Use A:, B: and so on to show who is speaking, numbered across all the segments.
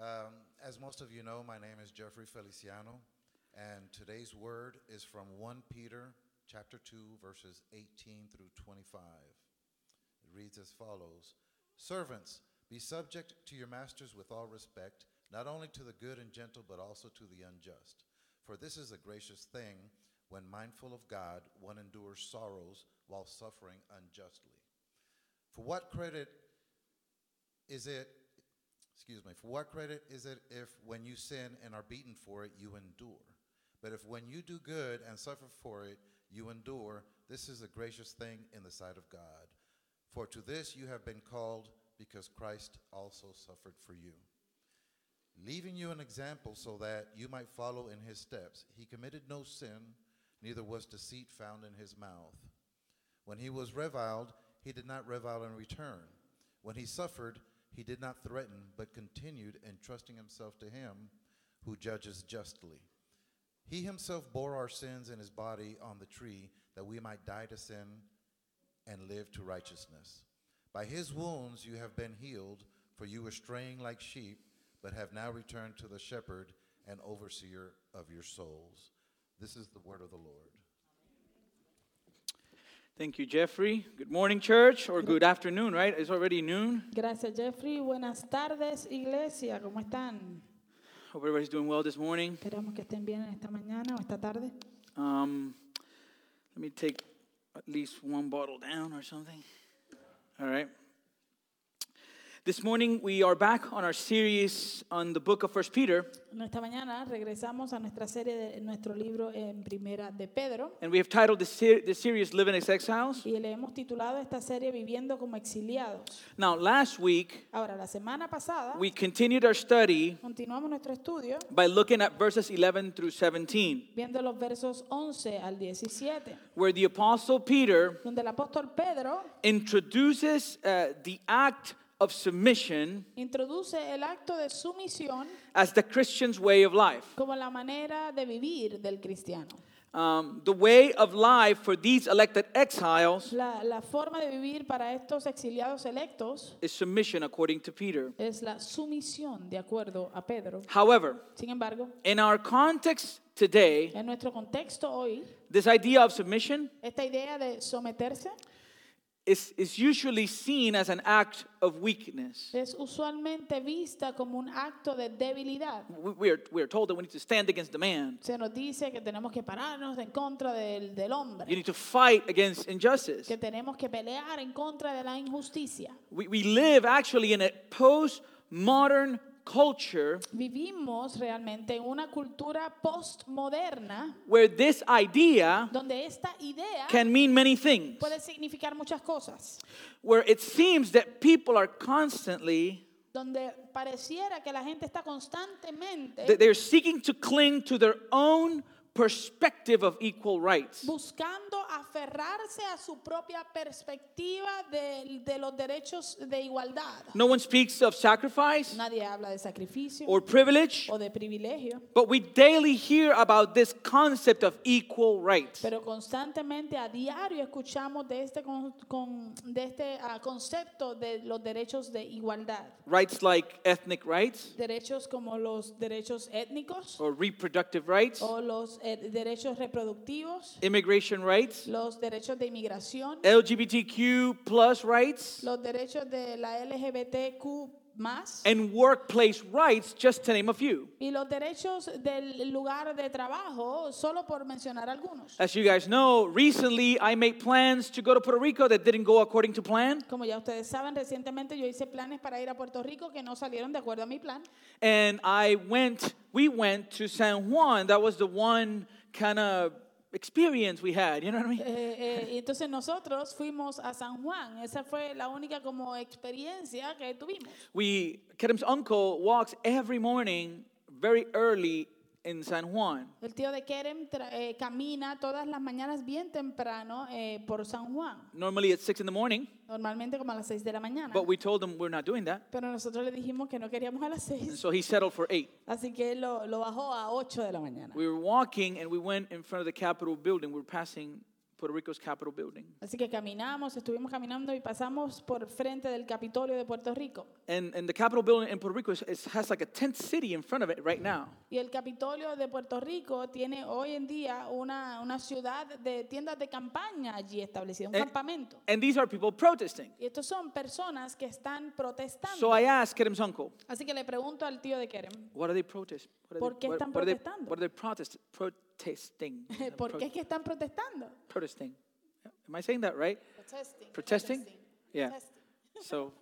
A: Um, as most of you know, my name is Jeffrey Feliciano, and today's word is from 1 Peter chapter 2, verses 18 through 25. It reads as follows Servants, be subject to your masters with all respect, not only to the good and gentle, but also to the unjust. For this is a gracious thing when mindful of God, one endures sorrows while suffering unjustly. For what credit is it, excuse me, for what credit is it if when you sin and are beaten for it, you endure? But if when you do good and suffer for it, you endure, this is a gracious thing in the sight of God. For to this you have been called, because Christ also suffered for you. Leaving you an example so that you might follow in his steps, he committed no sin, neither was deceit found in his mouth. When he was reviled, he did not revile in return. When he suffered, he did not threaten, but continued entrusting himself to him who judges justly. He himself bore our sins in his body on the tree that we might die to sin and live to righteousness. By his wounds you have been healed, for you were straying like sheep, but have now returned to the shepherd and overseer of your souls. This is the word of the Lord.
B: Thank you, Jeffrey. Good morning, church, or good afternoon, right? It's already noon.
C: Gracias, Jeffrey. Buenas tardes, iglesia. ¿Cómo están?
B: Hope everybody's doing well this morning.
C: Esperamos que estén bien en esta mañana o esta tarde.
B: Um, let me take at least one bottle down or something. All right. This morning we are back on our series on the book of First Peter,
C: En Esta mañana regresamos a nuestra serie de nuestro libro en primera de Pedro
B: and we have titled this, ser- this series "Living as Exiles."
C: y le hemos titulado esta serie Viviendo como exiliados.
B: Now, last week
C: Ahora, la semana pasada
B: we continued our study
C: continuamos nuestro estudio
B: by looking at verses 11 through 17,
C: viendo los versos 11 al 17,
B: where the apostle Peter
C: donde el apóstol Pedro
B: introduces uh, the act of submission
C: introduce el acto de sumisión
B: as the Christian's way of life.
C: como la manera de vivir del cristiano.
B: Um, the way of life for these elected exiles
C: La, la forma de vivir para estos exiliados electos
B: is submission, according to Peter.
C: es la sumisión, de acuerdo a Pedro.
B: However,
C: Sin embargo,
B: in our context today,
C: en nuestro contexto hoy,
B: this idea of submission
C: esta idea de someterse
B: is, is usually seen as an act of weakness.
C: es usualmente vista como un acto de debilidad.
B: We, we, are, we are told that we need to stand against the man,
C: Se nos dice que tenemos que pararnos en contra del, del
B: you
C: hombre,
B: need to fight against injustice.
C: que tenemos que pelear en contra de la injusticia.
B: We, we live actually in a post modern culture
C: Vivimos realmente en una cultura postmoderna
B: where this idea
C: donde esta idea
B: can mean many things.
C: puede significar muchas cosas.
B: where it seems that people are constantly
C: donde pareciera que la gente está constantemente
B: that they're seeking to cling to their own perspective of equal rights
C: buscando aferrarse a su propia perspectiva de, de los derechos de igualdad.
B: no one speaks of sacrifice
C: Nadie habla de sacrificio
B: or privilege
C: o de privilegio,
B: but we daily hear about this concept of equal rights
C: pero constantemente a diario escuchamos de este, con, con- de este ah, concepto de los derechos de igualdad.
B: rights like ethnic rights
C: Derechos como los derechos étnicos
B: or reproductive rights
C: o los eh, derechos reproductivos,
B: immigration rights
C: los derechos de inmigración.
B: lgbtq plus rights
C: los derechos de la LGBTQ más
B: and workplace rights just to name a few
C: y los derechos del lugar de trabajo, solo por mencionar algunos.
B: As you guys know, recently I made plans to go to Puerto Rico that didn't go according to plan.
C: Como ya ustedes saben, recientemente yo hice planes para ir a Puerto Rico que no salieron de acuerdo a mi plan.
B: And I went, we went to San Juan. That was the one kind of experience we had, you know what I mean?
C: Eh, eh, y entonces nosotros fuimos a San Juan. Esa fue la única como experiencia que tuvimos.
B: We, Kerem's uncle walks every morning very early in San Juan.
C: El tío de Kerem tra- eh, camina todas las mañanas bien temprano eh, por San Juan,
B: Normally at six in the morning,
C: normalmente como a las 6 de la mañana.
B: but we told him we're not doing that.
C: Pero nosotros le dijimos que no queríamos a las 6.
B: And so he settled for eight.
C: Así que él lo, lo bajó a 8 de la mañana.
B: We were walking and we went in front of the Capitol building. We were passing Puerto Rico's Capitol building.
C: Así que caminamos, estuvimos caminando y pasamos por frente del Capitolio de Puerto Rico.
B: And, and the Capitol building in Puerto Rico is, is, has like a tent city in front of it right now.
C: Y el Capitolio de Puerto Rico tiene hoy en día una, una ciudad de tiendas de campaña allí establecida, un
B: Eh.
C: campamento.
B: And these are people protesting.
C: Y estos son personas que están protestando.
B: So I asked Kerem's uncle,
C: Así que le pregunto al tío de Kerem,
B: what are they protesting? What are
C: ¿Por
B: they,
C: qué
B: what-
C: están
B: what are they-
C: protestando?
B: What are they protest, protesting?
C: ¿por qué es que están protestando?
B: protesting. Am I saying that right?
C: Protesting.
B: Protesting? Yeah.
C: Protesting.
B: So,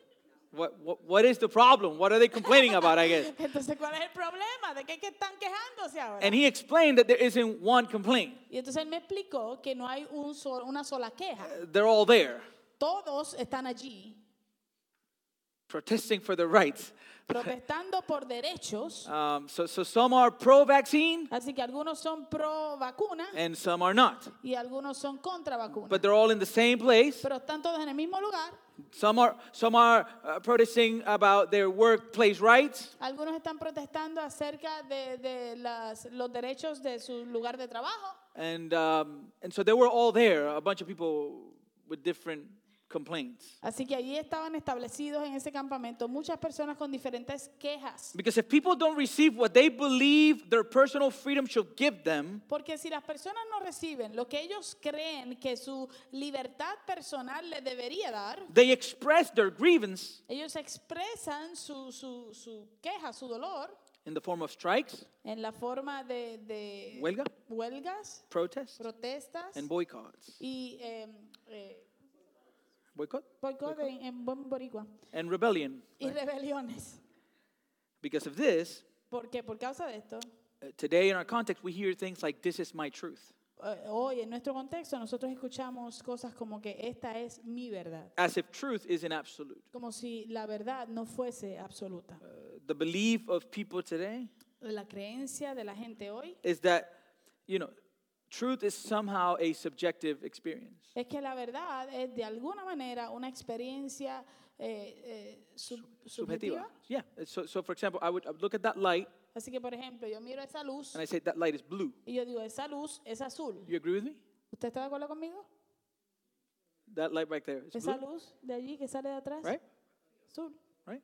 B: what, what, what is the problem? What are they complaining about, I guess?
C: Entonces, ¿cuál es el problema? ¿De qué es que están quejándose ahora?
B: And he explained that there isn't one complaint,
C: Y entonces él me explicó que no hay un sol- una sola queja.
B: they're all there
C: Todos están allí
B: protesting for their rights.
C: protestando por derechos.
B: Um, so, so, some are pro vaccine
C: Así que algunos son pro vacuna
B: and some are not.
C: y algunos son contra vacuna.
B: But they're all in the same place.
C: Pero están todos en el mismo lugar.
B: Some are, some are uh, protesting about their workplace rights.
C: Algunos están protestando acerca de, de las- los derechos de su lugar de trabajo.
B: And, um, and so they were all there, a bunch of people with different complaints.
C: Así que allí estaban establecidos en ese campamento muchas personas con diferentes quejas.
B: Because if people don't receive what they believe their personal freedom should give them,
C: Porque si las personas no reciben lo que ellos creen que su libertad personal les debería dar,
B: they express their grievance
C: ellos expresan su, su, su queja, su dolor
B: in the form of strikes,
C: en la forma de, de
B: Huelga.
C: huelgas,
B: protests,
C: protestas
B: and boycotts.
C: y eh, eh,
B: Boycott?
C: boicot en, en buen boricua
B: And rebellion.
C: y rebeliones.
B: Because of this,
C: Porque por causa de esto,
B: uh, today in our context, we hear things like, This is my truth.
C: eh, hoy en nuestro contexto nosotros escuchamos cosas como que esta es mi verdad,
B: As if truth is an absolute.
C: como si la verdad no fuese absoluta.
B: Uh, the belief of people today
C: La creencia de la gente hoy
B: is that, you know, truth is somehow a subjective experience.
C: es que la verdad es de alguna manera una experiencia eh, eh, sub- subjetiva.
B: Yeah. So, so for example, I would, I would look at that light
C: Así que, por ejemplo, yo miro esa luz
B: and I say, That light is blue.
C: y yo digo, esa luz es azul.
B: You agree with me?
C: ¿Usted está de acuerdo conmigo?
B: That light right there is
C: Esa
B: blue,
C: luz de allí que sale de atrás,
B: right?
C: azul.
B: Right?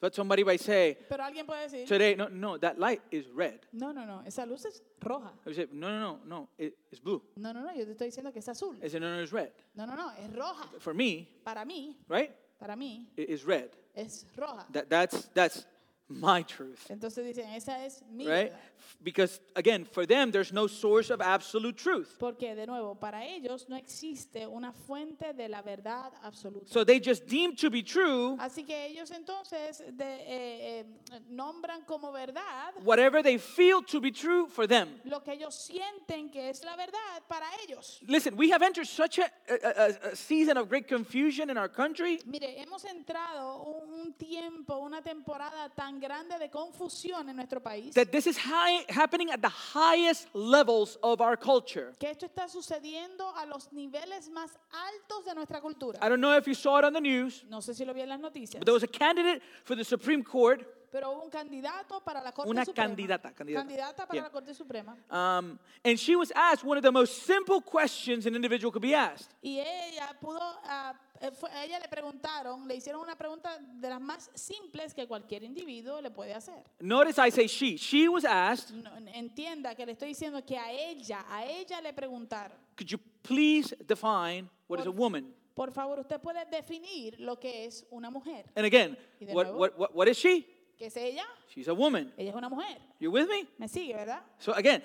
B: But somebody might say,
C: Pero alguien puede decir,
B: today, no, no, that light is red.
C: no, no, no, esa luz es roja.
B: I would say, no, no, no, no, it, it's blue.
C: No, no, no, yo te estoy diciendo que es azul.
B: I say, no, no, it's red.
C: No, no, no, es roja.
B: For me,
C: Para mí,
B: right,
C: para mí,
B: it is red.
C: es roja.
B: That, that's, that's my truth,
C: Entonces dicen, esa es mi
B: right?
C: verdad.
B: Because, again, for them, there's no source of absolute truth.
C: Porque, de nuevo, para ellos no existe una fuente de la verdad absoluta.
B: So they just deem to be true
C: Así que ellos entonces de- eh, eh, nombran como verdad
B: whatever they feel to be true for them.
C: lo que ellos sienten que es la verdad para ellos.
B: Listen, we have entered such a, a- a- a season of great confusion in our country
C: Mire, hemos entrado un, un tiempo, una temporada tan grande de confusión en nuestro país
B: that this is high, happening at the highest levels of our culture.
C: que esto está sucediendo a los niveles más altos de nuestra cultura.
B: I don't know if you saw it on the news,
C: No sé si lo vi en las noticias,
B: but there was a candidate for the Supreme Court,
C: pero hubo un candidato para la Corte
B: Una
C: Suprema.
B: candidata, candidata.
C: Candidata para
B: Bien.
C: la Corte Suprema.
B: um, and she was asked one of the most simple questions an individual could be asked.
C: Y ella pudo, ah, eh, fue- a ella le preguntaron, le hicieron una pregunta de las más simples que cualquier individuo le puede hacer.
B: Notice I say she. She was asked,
C: No- entienda que le estoy diciendo que a ella, a ella le preguntaron,
B: could you please define what is a
C: Por-
B: woman?
C: por favor, usted puede definir lo que es una mujer.
B: And again,
C: Y de
B: what,
C: nuevo.
B: what, what, what is she?
C: ¿Qué es ella?
B: She's a woman.
C: Ella es una mujer.
B: You with me?
C: ¿Me sigue, verdad?
B: So again,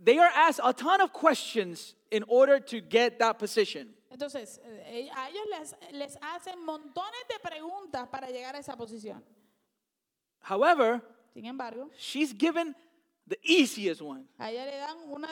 B: they are asked a ton of questions in order to get that position.
C: Entonces, eh, a ellos les, les hacen montones de preguntas para llegar a esa posición.
B: However,
C: Sin embargo,
B: she's given the easiest one.
C: a ella le dan una,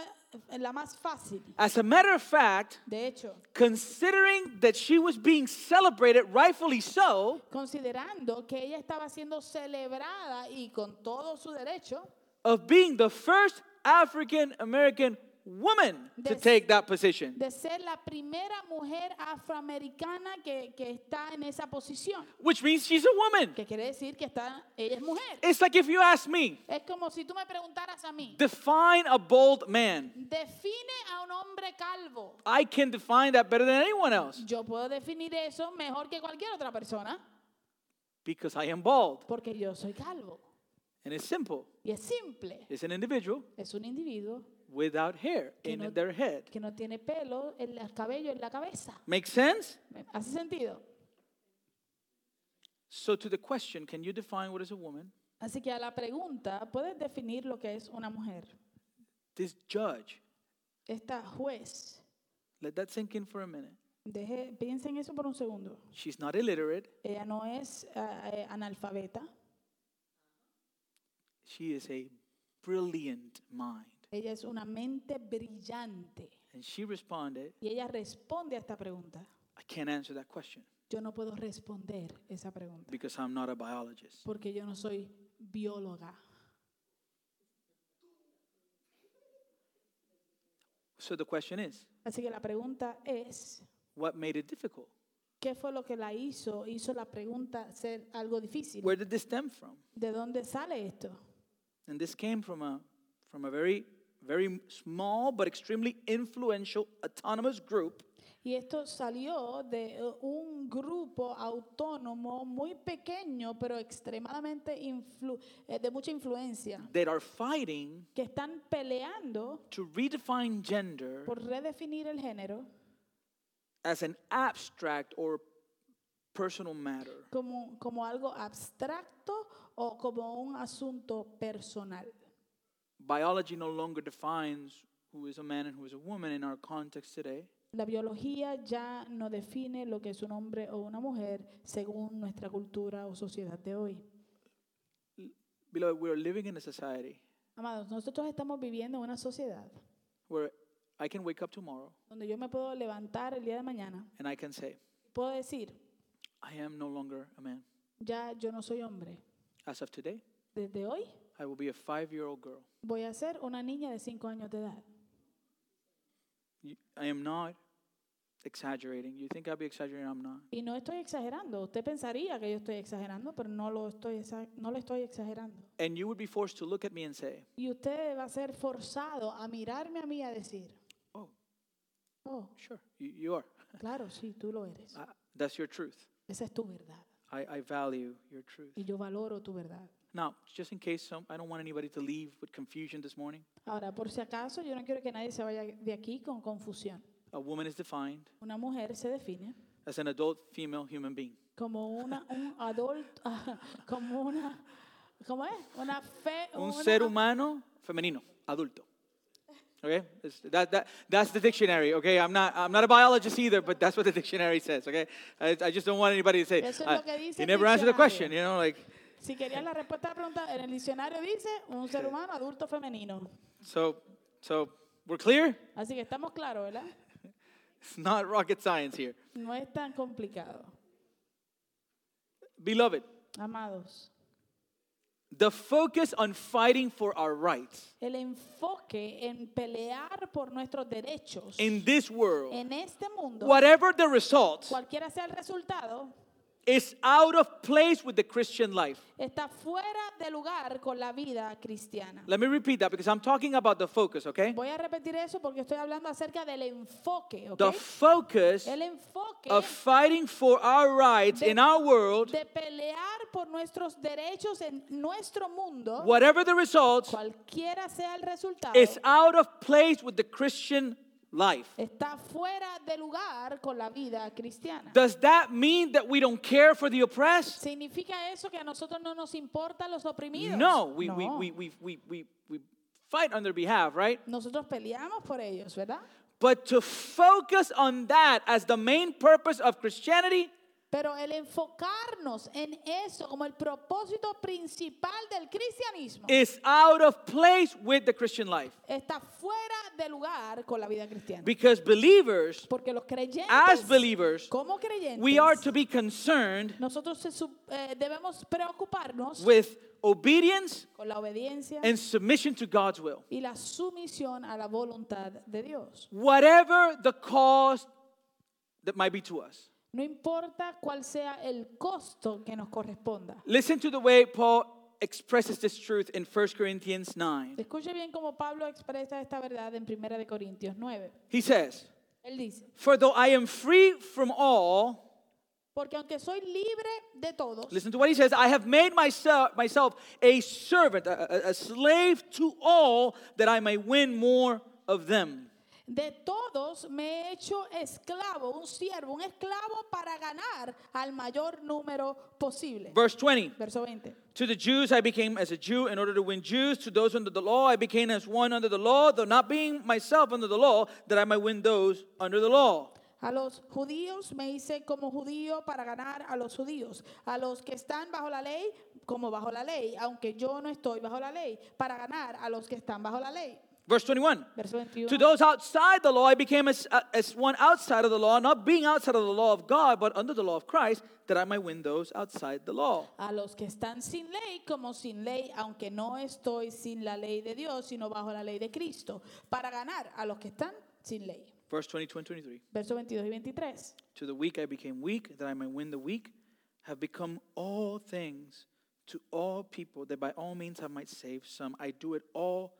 C: la más fácil.
B: As a matter of fact,
C: De hecho,
B: considering that she was being celebrated, rightfully so,
C: considerando que ella estaba siendo celebrada y con todo su derecho
B: of being the first African American woman to
C: Des-
B: take that position,
C: de ser la primera mujer afroamericana que, que está en esa posición,
B: which means she's a woman.
C: que quiere decir que está, ella es mujer.
B: It's like if you ask me,
C: Es como si tú me preguntaras a mí,
B: define a bald man.
C: define a un hombre calvo.
B: I can define that better than anyone else
C: Yo puedo definir eso mejor que cualquier otra persona,
B: because I am bald.
C: porque yo soy calvo.
B: And it's simple.
C: Y es simple.
B: It's an individual
C: Es un individuo
B: without hair
C: Que
B: in
C: no-
B: their head.
C: que no tiene pelo, en el cabello en la cabeza.
B: Make sense?
C: ¿Hace sentido?
B: So to the question, can you define what is a woman?
C: Así que a la pregunta, ¿puedes definir lo que es una mujer?
B: This judge,
C: Esta juez,
B: let that sink in for a minute.
C: deje, piensa en eso por un segundo.
B: She's not illiterate.
C: Ella no es ah, eh, analfabeta,
B: She is a brilliant mind.
C: ella es una mente brillante.
B: And she responded,
C: Y ella responde a esta pregunta.
B: I can't answer that question
C: Yo no puedo responder esa pregunta
B: because I'm not a biologist.
C: porque yo no soy bióloga.
B: So the question is,
C: Así que la pregunta es,
B: what made it difficult?
C: ¿qué fue lo que la hizo? Hizo la pregunta ser algo difícil.
B: Where did this stem from?
C: ¿De dónde sale esto?
B: And this came from a, from a very, very small but extremely influential autonomous group
C: Y esto salió de eh, un grupo autónomo muy pequeño, pero extremadamente influ- eh, de mucha influencia,
B: that are fighting
C: que están peleando
B: to redefine gender
C: por redefinir el género
B: as an abstract or personal matter.
C: como, como algo abstracto o como un asunto personal.
B: Biology no longer defines who is a man and who is a woman in our context today.
C: La biología ya no define lo que es un hombre o una mujer según nuestra cultura o sociedad de hoy.
B: Beloved, we are living in a society
C: Amados, nosotros estamos viviendo en una sociedad
B: where I can wake up tomorrow
C: donde yo me puedo levantar el día de mañana
B: and I can say,
C: y puedo decir,
B: I am no longer a man.
C: ya yo no soy hombre.
B: As of today,
C: Desde hoy
B: I will be a five year old girl.
C: voy a ser una niña de 5 años de edad.
B: You- I am not exaggerating. You think I'd be exaggerating? I'm not.
C: Y no estoy exagerando. Usted pensaría que yo estoy exagerando, pero no lo estoy, exa- no lo estoy exagerando.
B: And you would be forced to look at me and say,
C: Y usted va a ser forzado a mirarme a mí a decir,
B: Oh,
C: oh,
B: sure, you, you are.
C: claro, sí, tú lo eres.
B: I, that's your truth.
C: Esa es tu verdad.
B: I, I value your truth.
C: Y yo valoro tu verdad.
B: Now, just in case some, I don't want anybody to leave with confusion this morning.
C: Ahora, por si acaso, yo no quiero que nadie se vaya de aquí con confusión.
B: A woman is defined
C: Una mujer se define
B: as an adult female human being.
C: como una un adulto, como una, ¿cómo es? Una fe,
B: Un
C: una-
B: ser humano femenino, adulto. Okay? It's- That, that, that's the dictionary, okay? I'm not, I'm not a biologist either, but that's what the dictionary says, okay? I, I just don't want anybody to say,
C: Eso es
B: "Ah,
C: lo que dice
B: you
C: el
B: never answered the
C: diccionario."
B: question, you know, like,
C: Si querías la respuesta a la pregunta, en el diccionario dice un ser humano adulto femenino.
B: so, so we're clear?
C: Así que estamos claros, ¿verdad?
B: It's not rocket science here.
C: No es tan complicado.
B: Beloved,
C: Amados,
B: the focus on fighting for our rights
C: el enfoque en pelear por nuestros derechos
B: in this world,
C: en este mundo,
B: whatever the results,
C: cualquiera sea el resultado,
B: is out of place with the Christian life.
C: está fuera de lugar con la vida cristiana.
B: Let me repeat that because I'm talking about the focus, okay?
C: Voy a repetir eso porque estoy hablando acerca del enfoque, ¿ok?
B: The focus
C: El enfoque
B: of fighting for our rights in our world,
C: de pelear por nuestros derechos en nuestro mundo,
B: whatever the results,
C: cualquiera sea el resultado,
B: is out of place with the Christian life.
C: está fuera de lugar con la vida cristiana.
B: Does that mean that we don't care for the oppressed?
C: ¿Significa eso que a nosotros no nos importan los oprimidos?
B: No, we, we,
C: No.
B: we, we, we, we, we fight on their behalf, right?
C: Nosotros peleamos por ellos, ¿verdad?
B: But to focus on that as the main purpose of Christianity
C: Pero el enfocarnos en eso como el propósito principal del cristianismo
B: is out of place with the Christian life.
C: está fuera de lugar con la vida cristiana.
B: Because believers,
C: Porque los creyentes,
B: as believers,
C: como creyentes,
B: we are to be concerned
C: nosotros se sup- eh, debemos preocuparnos
B: with obedience
C: con la obediencia
B: and submission to God's will.
C: y la sumisión a la voluntad de Dios.
B: Whatever the cost that might be to us.
C: No importa cuál sea el costo que nos corresponda.
B: Listen to the way Paul expresses this truth in 1 Corinthians 9.
C: Escuche bien cómo Pablo expresa esta verdad en 1 de Corintios 9.
B: He says,
C: Él dice,
B: For though I am free from all,
C: porque aunque soy libre de todos,
B: listen to what he says, I have made myself, myself a servant, a, a- a slave to all, that I may win more of them.
C: de todos me he hecho esclavo, un siervo, un esclavo para ganar al mayor número posible.
B: Verse 20
C: Verso 20.
B: To the Jews I became as a Jew in order to win Jews. To those under the law I became as one under the law, though not being myself under the law, that I might win those under the law.
C: A los judíos me hice como judío para ganar a los judíos. A los que están bajo la ley, como bajo la ley, aunque yo no estoy bajo la ley, para ganar a los que están bajo la ley.
B: Verse 21.
C: Verso
B: To
C: 21.
B: those outside the law, I became as, uh, as one outside of the law, not being outside of the law of God, but under the law of Christ, that I might win those outside the law.
C: A los que están sin ley, como sin ley, aunque no estoy sin la ley de Dios, sino bajo la ley de Cristo, para ganar a los que están sin ley.
B: Verse 22 and 23.
C: Verso 22 y 23.
B: To the weak I became weak, that I might win the weak, have become all things to all people, that by all means I might save some. I do it all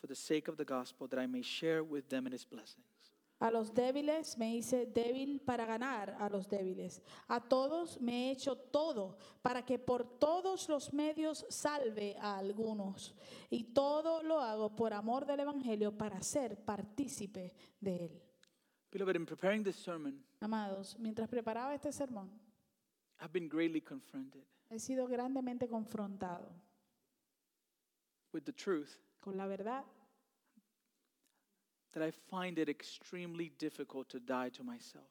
B: for the sake of the gospel, that I may share with them in its blessings.
C: A los débiles me hice débil para ganar a los débiles. A todos me he hecho todo para que por todos los medios salve a algunos. Y todo lo hago por amor del Evangelio para ser partícipe de él.
B: Beloved, in preparing this sermon,
C: Amados, mientras preparaba este sermón,
B: I've been greatly confronted
C: he sido grandemente confrontado
B: with the truth
C: con la verdad
B: that I find it extremely difficult to die to myself.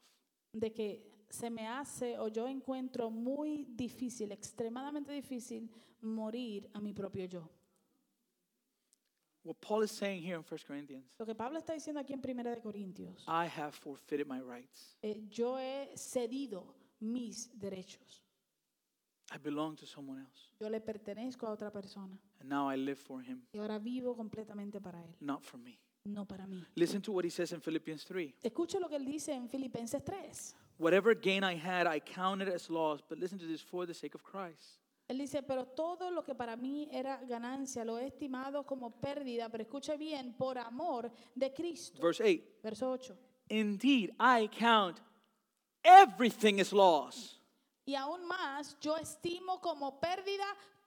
C: de que se me hace o yo encuentro muy difícil, extremadamente difícil, morir a mi propio yo.
B: What Paul is saying here in 1 Corinthians,
C: Lo que Pablo está diciendo aquí en Primera de Corintios.
B: I have forfeited my rights.
C: eh, yo he cedido mis derechos.
B: I belong to someone else.
C: Yo le pertenezco a otra persona
B: And now I live for him,
C: y ahora vivo completamente para él,
B: not for me.
C: no para mí.
B: Listen to what he says in Philippians 3.
C: Escuche lo que él dice en Filipenses 3.
B: Whatever gain I had, I counted as loss, but listen to this for the sake of Christ.
C: Él dice, pero todo lo que para mí era ganancia lo he estimado como pérdida, pero escuche bien, por amor de Cristo.
B: Verse 8
C: Verso 8.
B: Indeed, I count everything as loss.
C: Y aún más, yo estimo como pérdida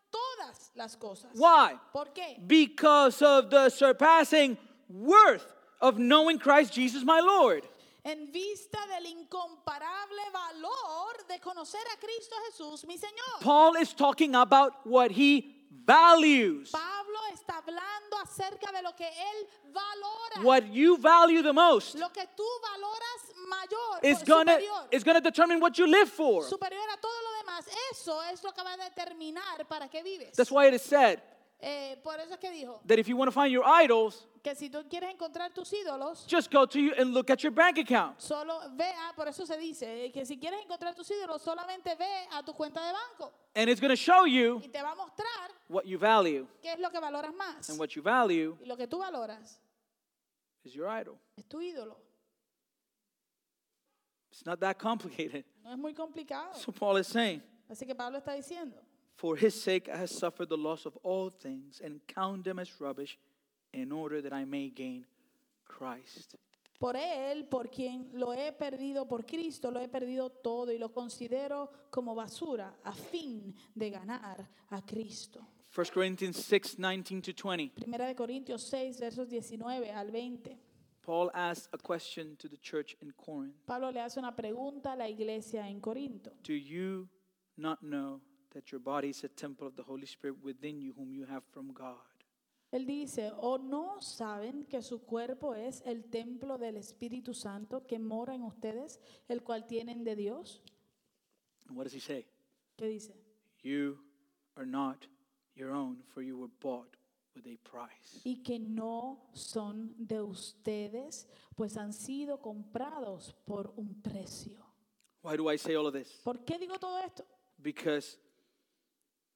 C: todas las cosas.
B: Why?
C: ¿Por qué?
B: Because of the surpassing worth of knowing Christ Jesus my Lord.
C: En vista del incomparable valor de conocer a Cristo Jesús, mi Señor.
B: Paul is talking about what he values.
C: Pablo está hablando acerca de lo que él valora.
B: What you value the most
C: Lo que tú valoras mayor,
B: is
C: pues,
B: gonna
C: superior,
B: is gonna determine what you live for.
C: superior a todo lo demás. Eso es lo que va a determinar para qué vives.
B: That's why it is said
C: Eh, por eso es que dijo
B: that if you want to find your idols,
C: que si tú quieres encontrar tus ídolos,
B: just go to you and look at your bank account.
C: solo vea, por eso se dice eh, que si quieres encontrar tus ídolos, solamente ve a tu cuenta de banco
B: And it's gonna show you
C: y te va a mostrar
B: what you value.
C: qué es lo que valoras más.
B: And what you value
C: Y lo que tú valoras
B: is your idol.
C: es tu ídolo.
B: It's not that complicated.
C: No es muy complicado.
B: So Paul is saying,
C: Así que Pablo está diciendo.
B: For his sake I have suffered the loss of all things and count them as rubbish in order that I may gain Christ.
C: Por él, por quien lo he perdido, por Cristo lo he perdido todo y lo considero como basura a fin de ganar a Cristo.
B: 1 Corinthians 6 19 to 20.
C: Primera de Corintios 6, versos 19 al 20.
B: Paul asks a question to the church in Corinth
C: Pablo le hace una pregunta a la iglesia en Corinto.
B: Do you not know that your body is a temple of the Holy Spirit within you, whom you have from God?
C: Él dice, ¿o no saben que su cuerpo es el templo del Espíritu Santo que mora en ustedes, el cual tienen de Dios?
B: And what does he say?
C: ¿Qué dice?
B: You are not your own, for you were bought with a price.
C: Y que no son de ustedes, pues han sido comprados por un precio.
B: Why do I say all of this?
C: ¿Por qué digo todo esto?
B: Because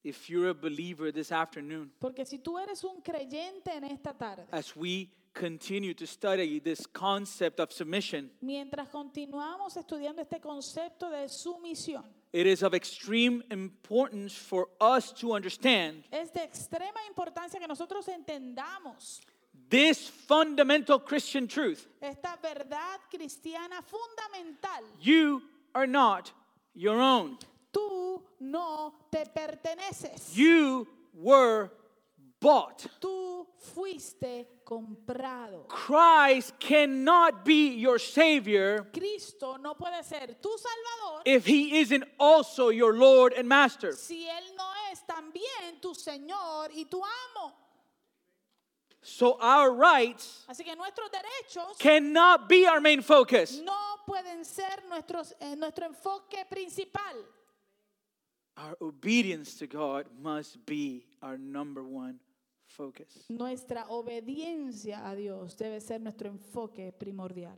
B: If you're a believer this afternoon,
C: Porque si tú eres un creyente en esta tarde,
B: as we continue to study this concept of submission,
C: mientras continuamos estudiando este concepto de sumisión,
B: it is of extreme importance for us to understand
C: es de extrema importancia que nosotros entendamos
B: this fundamental Christian truth.
C: esta verdad cristiana fundamental.
B: You are not your own.
C: Tú no te perteneces.
B: You were bought.
C: Tú fuiste comprado.
B: Christ cannot be your Savior
C: Cristo no puede ser tu Salvador
B: if He isn't also your Lord and Master.
C: si Él no es también tu Señor y tu amo.
B: So our rights
C: Así que nuestros derechos
B: cannot be our main focus.
C: no pueden ser nuestros, eh, nuestro enfoque principal.
B: Our obedience to God must be our number one focus.
C: Nuestra obediencia a Dios debe ser nuestro enfoque primordial.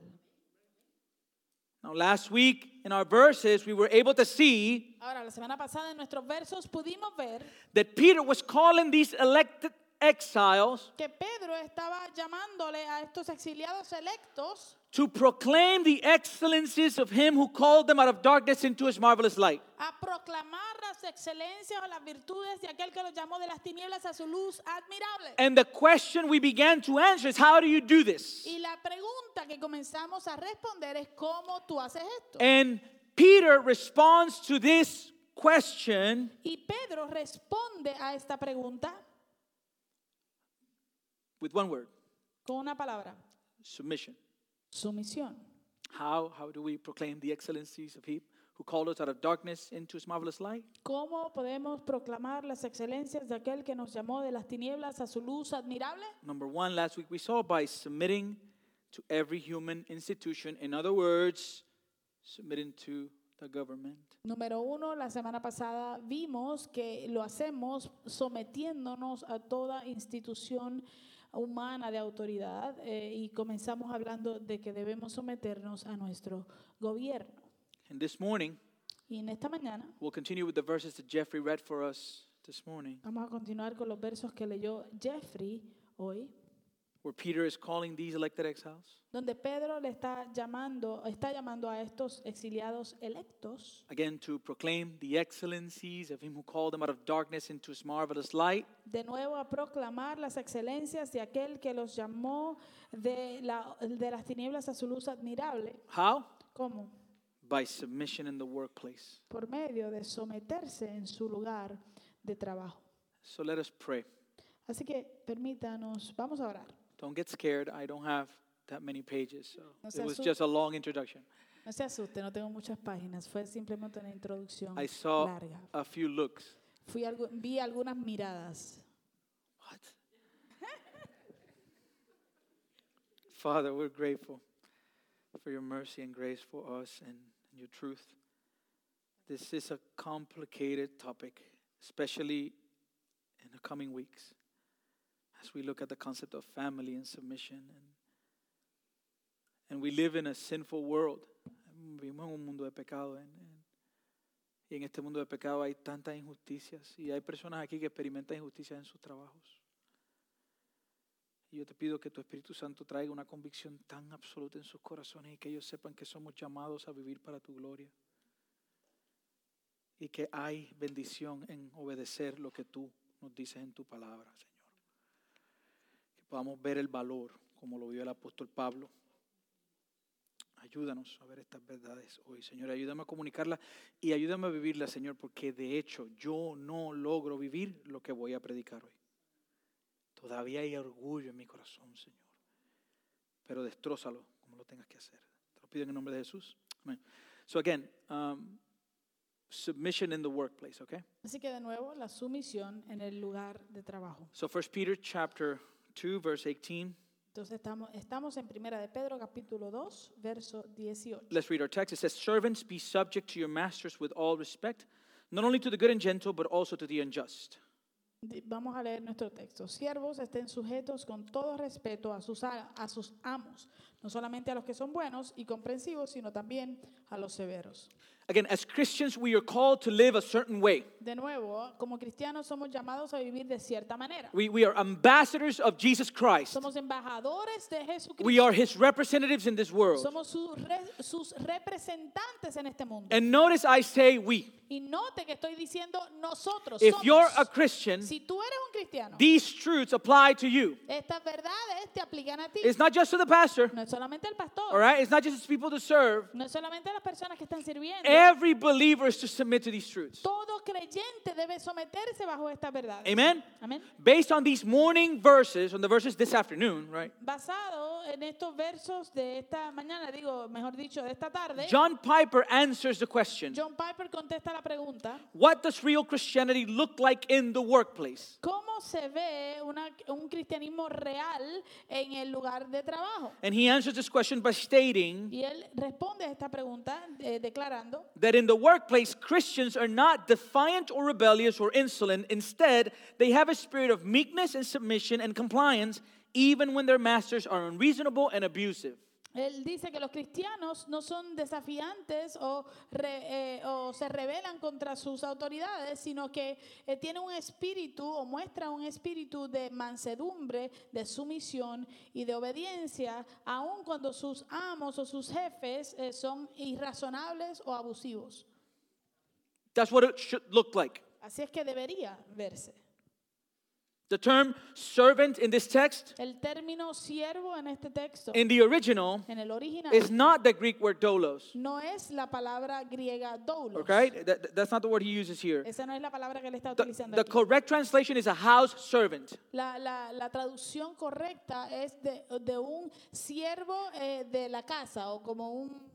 B: Now, last week in our verses, we were able to see
C: Ahora, la semana pasada en nuestros versos pudimos ver
B: that Peter was calling these elected exiles
C: que Pedro estaba llamándole a estos exiliados electos
B: to proclaim the excellencies of Him who called them out of darkness into His marvelous light.
C: a proclamar las excelencias o las virtudes de aquel que los llamó de las tinieblas a su luz admirable.
B: And the question we began to answer is how do you do this?
C: Y la pregunta que comenzamos a responder es cómo tú haces esto.
B: And Peter responds to this question
C: Y Pedro responde a esta pregunta
B: with one word
C: con una palabra,
B: submission.
C: sumisión.
B: How, how do we proclaim the excellencies of Him who called us out of darkness into His marvelous light?
C: ¿Cómo podemos proclamar las excelencias de aquel que nos llamó de las tinieblas a su luz admirable?
B: Number one, last week we saw by submitting to every human institution. In other words, submitting to the government.
C: Número uno, la semana pasada vimos que lo hacemos sometiéndonos a toda institución humana de autoridad eh, y comenzamos hablando de que debemos someternos a nuestro gobierno.
B: And this morning,
C: Y en esta mañana
B: we'll continue with the verses that Jeffrey read for us this morning,
C: vamos a continuar con los versos que leyó Jeffrey hoy,
B: where Peter is calling these elected exiles
C: donde Pedro le está llamando, está llamando a estos exiliados electos
B: again to proclaim the excellencies of Him who called them out of darkness into His marvelous light.
C: de nuevo a proclamar las excelencias de aquel que los llamó de, la- de las tinieblas a su luz admirable.
B: How?
C: ¿Cómo?
B: By submission in the workplace.
C: Por medio de someterse en su lugar de trabajo.
B: So let us pray.
C: Así que permítanos, vamos a orar.
B: Don't get scared. I don't have that many pages.
C: No
B: So
C: se
B: it was
C: asu-
B: just a long introduction.
C: No se asuste, no tengo muchas páginas, fue simplemente una introducción
B: I saw
C: larga.
B: a few looks.
C: Fui algu- vi algunas miradas.
B: What? Father, we're grateful for your mercy and grace for us and, and your truth. This is a complicated topic, especially in the coming weeks as we look at the concept of family and submission. And, and we live in a sinful world. Vivimos en un mundo de pecado. en- en- Y en este mundo de pecado hay tantas injusticias y hay personas aquí que experimentan injusticias en sus trabajos. Y yo te pido que tu Espíritu Santo traiga una convicción tan absoluta en sus corazones y que ellos sepan que somos llamados a vivir para tu gloria. Y que hay bendición en obedecer lo que tú nos dices en tu palabra, Señor. Que podamos ver el valor como lo vio el apóstol Pablo. Ayúdanos a ver estas verdades hoy, Señor. Ayúdame a comunicarlas y ayúdame a vivirlas, Señor, porque de hecho yo no logro vivir lo que voy a predicar hoy. Todavía hay orgullo en mi corazón, Señor. Pero destrózalo como lo tengas que hacer. Te lo pido en el nombre de Jesús. Amén. So again, um, submission in the workplace, okay?
C: Así que de nuevo, la sumisión en el lugar de trabajo.
B: So First Peter chapter 2 verse 18.
C: Entonces estamos, estamos en Primera de Pedro, capítulo 2, verso 18.
B: Let's read our text. It says, "Servants, be subject to your masters with all respect, not only to the good and gentle, but also to the unjust."
C: Di- Vamos a leer nuestro texto. Siervos estén sujetos con todo respeto a sus, a, a sus amos, no solamente a los que son buenos y comprensivos, sino también a los severos.
B: Again, as Christians, we are called to live a certain way.
C: De nuevo, como cristianos somos llamados a vivir de cierta manera.
B: We, we are ambassadors of Jesus Christ.
C: Somos embajadores de
B: We
C: Jesucristo.
B: are his representatives in this world.
C: Somos sus, re- sus representantes en este mundo.
B: And notice I say we.
C: Y note que estoy diciendo nosotros
B: If
C: somos.
B: you're a Christian,
C: si tú eres un cristiano,
B: these truths apply to you.
C: estas verdades te aplican a ti.
B: It's not just to the pastor,
C: no es solamente el pastor,
B: all right? It's not just to people to serve.
C: no es solamente a las personas que están sirviendo.
B: Every believer is to submit to these truths.
C: Todo creyente debe someterse bajo estas verdades.
B: Amen?
C: Amén.
B: Based on these morning verses, on the verses this afternoon, right?
C: Basado en estos versos de esta mañana, digo, mejor dicho, de esta tarde,
B: John Piper answers the question
C: John Piper contesta la pregunta.
B: What does real Christianity look like in the workplace?
C: ¿Cómo se ve una- un cristianismo real en el lugar de trabajo?
B: And he answers this question by stating
C: Y él responde a esta pregunta eh, declarando
B: that in the workplace, Christians are not defiant or rebellious or insolent. Instead, they have a spirit of meekness and submission and compliance, even when their masters are unreasonable and abusive.
C: Él dice que los cristianos no son desafiantes o, re- eh, o se rebelan contra sus autoridades, sino que eh, tienen un espíritu o muestra un espíritu de mansedumbre, de sumisión y de obediencia, aun cuando sus amos o sus jefes eh, son irrazonables o abusivos.
B: That's what it should look like.
C: Así es que debería verse.
B: The term servant in this text,
C: El término siervo en este texto,
B: in the original,
C: en el original,
B: is not the Greek word dolos.
C: no es la palabra griega doulos.
B: Okay? That- that- that's not the word he uses here.
C: Esa no es la palabra que él está
B: The,
C: utilizando.
B: the
C: aquí.
B: correct translation is a house servant.
C: La, la- la traducción correcta es de, de un siervo eh, de la casa o como un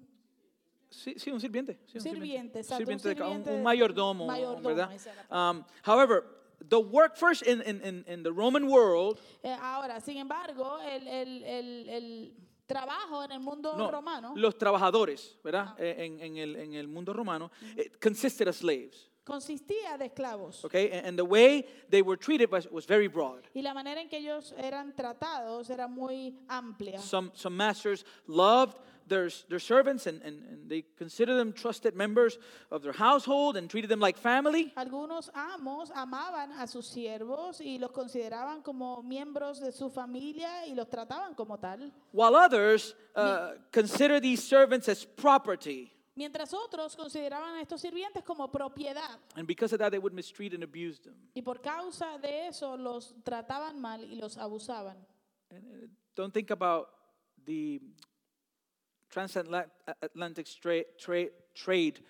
B: Sí, sí, un sirviente. Sí, un
C: Sirviente, exacto, un
B: Sirviente de ca- un,
C: sirviente
B: un
C: de-
B: mayordomo,
C: mayordomo,
B: ¿verdad?
C: esa es la
B: Um, however, the workforce in, in, in, in the Roman world,
C: eh, ahora, sin embargo, el, el- el- el trabajo en el mundo
B: no,
C: romano
B: los trabajadores, ¿verdad?
C: Ah.
B: Eh, En, en el, en el mundo romano, it consisted of slaves,
C: consistía de esclavos.
B: okay? And, and the way they were treated was, was very broad.
C: Y la manera en que ellos eran tratados era muy amplia.
B: Some, some masters loved their, their servants and, and, and they considered them trusted members of their household and treated them like family.
C: Algunos amos amaban a sus siervos y los consideraban como miembros de su familia y los trataban como tal.
B: while others uh, consider these servants as property.
C: Mientras otros consideraban a estos sirvientes como propiedad.
B: And because of that, they would mistreat and abuse them.
C: Y por causa de eso los trataban mal y los abusaban.
B: And, uh, don't think about the transatlantic stra- tra- trade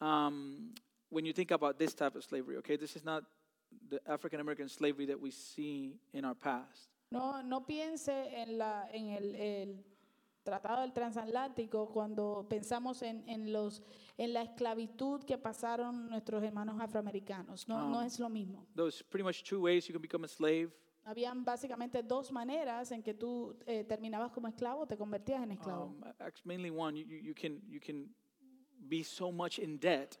B: um, when you think about this type of slavery, okay? This is not the African American slavery that we see in our past.
C: No, no piense en, la, en el, el Tratado del Transatlántico cuando pensamos en, en, los, en la esclavitud que pasaron nuestros hermanos afroamericanos. No, no es lo mismo.
B: There's pretty much two ways you can become a slave.
C: Habían básicamente dos maneras en que tú eh, terminabas como esclavo o te convertías en esclavo.
B: Um, act- mainly one, you, you you can, you can be so much in debt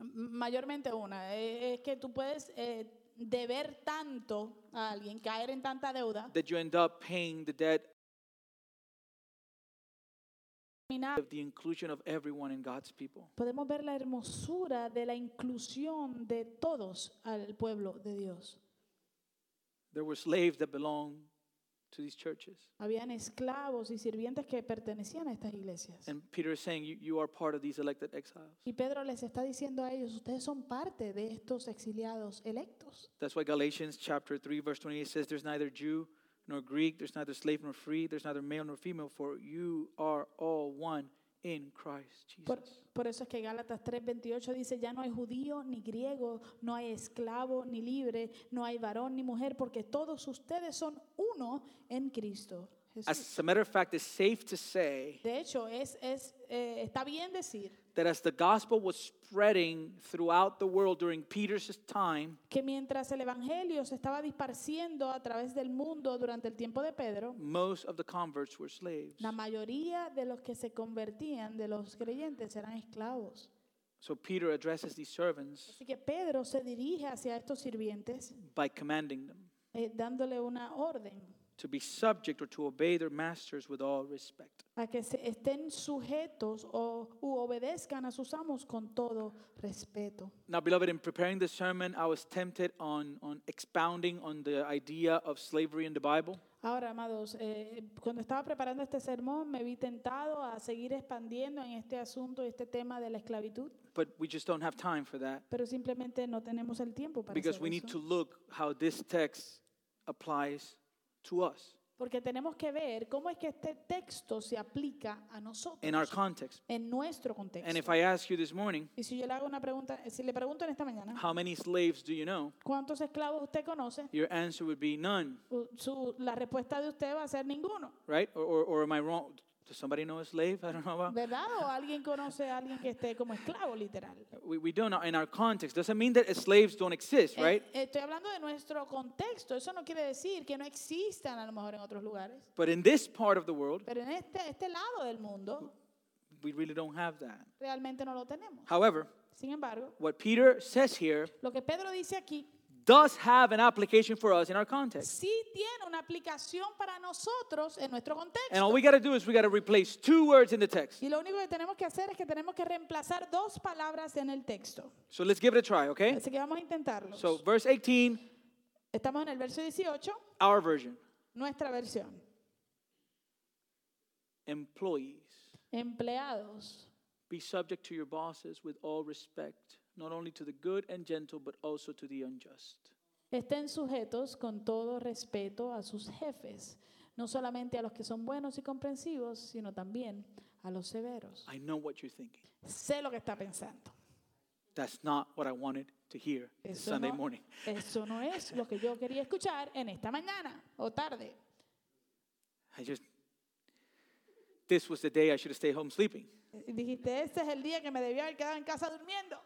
C: M- Mayormente una, eh, es que tú puedes eh, deber tanto a alguien, caer en tanta deuda,
B: that you end up paying the debt
C: terminar.
B: of the inclusion of everyone in God's people.
C: Podemos ver la hermosura de la inclusión de todos al pueblo de Dios.
B: There were slaves that belonged to these churches.
C: Habían esclavos y sirvientes que pertenecían a estas iglesias.
B: And Peter is saying, you, you are part of these elected exiles.
C: Y Pedro les está diciendo a ellos, ustedes son parte de estos exiliados electos.
B: That's why Galatians chapter 3, verse 28 says, There's neither Jew nor Greek, there's neither slave nor free, there's neither male nor female, for you are all one in Christ Jesus.
C: Por, por eso es que Gálatas 3:28 dice, ya no hay judío ni griego, no hay esclavo ni libre, no hay varón ni mujer, porque todos ustedes son uno en Cristo. Jesús.
B: As a matter of fact, it's safe to say
C: De hecho, es, es, eh, está bien decir
B: that as the gospel was spreading throughout the world during Peter's time,
C: que mientras el Evangelio se estaba disparciendo a través del mundo durante el tiempo de Pedro,
B: most of the converts were slaves.
C: la mayoría de los que se convertían, de los creyentes, eran esclavos.
B: So Peter addresses these servants
C: Así que Pedro se dirige hacia estos sirvientes
B: by commanding them
C: eh, dándole una orden
B: to be subject or to obey their masters with all respect.
C: a que se estén sujetos o u obedezcan a sus amos con todo respeto.
B: Now, beloved, in preparing this sermon, I was tempted on, on expounding on the idea of slavery in the Bible.
C: Ahora, amados, eh, cuando estaba preparando este sermón me vi tentado a seguir expandiendo en este asunto, este tema de la esclavitud,
B: But we just don't have time for that
C: pero simplemente no tenemos el tiempo para
B: because
C: hacer
B: we need to
C: eso.
B: look how this text applies to us
C: Porque tenemos que ver cómo es que este texto se aplica a nosotros
B: in our context.
C: en nuestro contexto.
B: And if I ask you this morning,
C: y si yo le hago una pregunta, eh, si le pregunto en esta mañana,
B: how many slaves do you know?
C: ¿cuántos esclavos usted conoce?
B: Your answer would be none,
C: U- su- la respuesta de usted va a ser ninguno.
B: right? Or, or, or am I wrong? Does somebody know a slave? I don't know about.
C: ¿Verdad? O alguien conoce a alguien que esté como esclavo, literal.
B: We, we don't know in our context. Doesn't mean that slaves don't exist,
C: Eh,
B: right?
C: estoy hablando de nuestro contexto. Eso no quiere decir que no existan a lo mejor en otros lugares.
B: But in this part of the world,
C: Pero en este, este lado del mundo
B: we really don't have that.
C: realmente no lo tenemos.
B: However,
C: Sin embargo,
B: what Peter says here
C: lo que Pedro dice aquí
B: does have an application for us in our context.
C: sí tiene una aplicación para nosotros en nuestro
B: And all
C: contexto.
B: we got to do is we got to replace two words in the text.
C: Y lo único que tenemos que hacer es que tenemos que reemplazar dos palabras en el texto.
B: So let's give it a try, okay?
C: Así que vamos a intentarlo.
B: So, verse 18,
C: Estamos en el verso 18,
B: our version
C: nuestra versión.
B: employees,
C: Empleados.
B: be subject to your bosses with all respect, not only to the good and gentle, but also to the unjust.
C: Estén sujetos con todo respeto a sus jefes, no solamente a los que son buenos y comprensivos, sino también a los severos.
B: I know what you're thinking.
C: Sé lo que está pensando.
B: That's not what I wanted to hear this
C: Eso
B: Sunday
C: no-
B: morning.
C: Eso no es lo que yo quería escuchar en esta mañana o tarde.
B: I just, this was the day I should have stayed home sleeping.
C: Eh, Dijiste, este es el día que me debía haber quedado en casa durmiendo.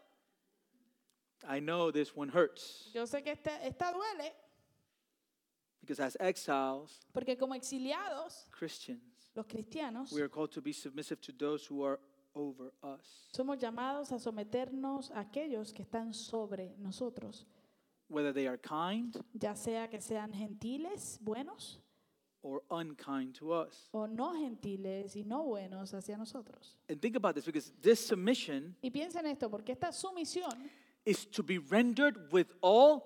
B: I know this one hurts
C: Yo sé que esta, esta duele,
B: because as exiles,
C: porque como exiliados,
B: Christians,
C: los cristianos,
B: we are called to be submissive to those who are over us.
C: somos llamados a someternos a aquellos que están sobre nosotros,
B: whether they are kind
C: ya sea que sean gentiles, buenos,
B: or unkind to us.
C: o no gentiles y no buenos hacia nosotros.
B: And think about this because this submission
C: Y piensa en esto, porque esta sumisión
B: is to be rendered with all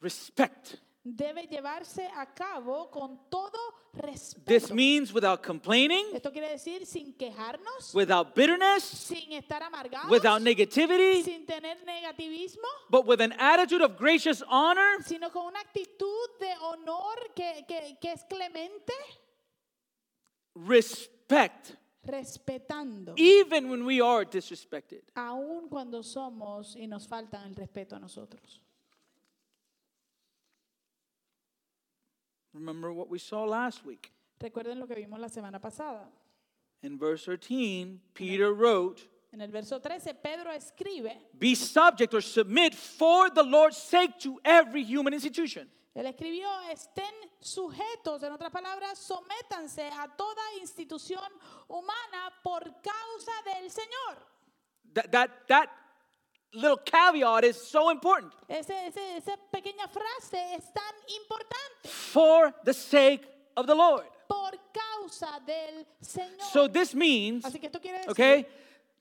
B: respect.
C: debe llevarse a cabo con todo respeto.
B: This means without complaining,
C: Esto quiere decir sin quejarnos,
B: without bitterness,
C: sin estar amargados,
B: without negativity,
C: sin tener negativismo,
B: but with an attitude of gracious honor
C: sino con una actitud de honor que, que- que es clemente,
B: respect,
C: respetando,
B: even when we are disrespected.
C: aun cuando somos y nos faltan el respeto a nosotros.
B: Remember what we saw last week.
C: Recuerden lo que vimos la semana pasada.
B: In verse 13, Peter wrote,
C: En el verso 13, Pedro escribe
B: Be subject or submit for the Lord's sake to every human institution.
C: Él escribió, estén sujetos, en otras palabras, sométanse a toda institución humana por causa del Señor.
B: That that that little caveat is so important.
C: Ese- ese- esa pequeña frase es tan importante
B: For the sake of the Lord.
C: por causa del Señor.
B: So this means,
C: Así que esto quiere decir
B: okay,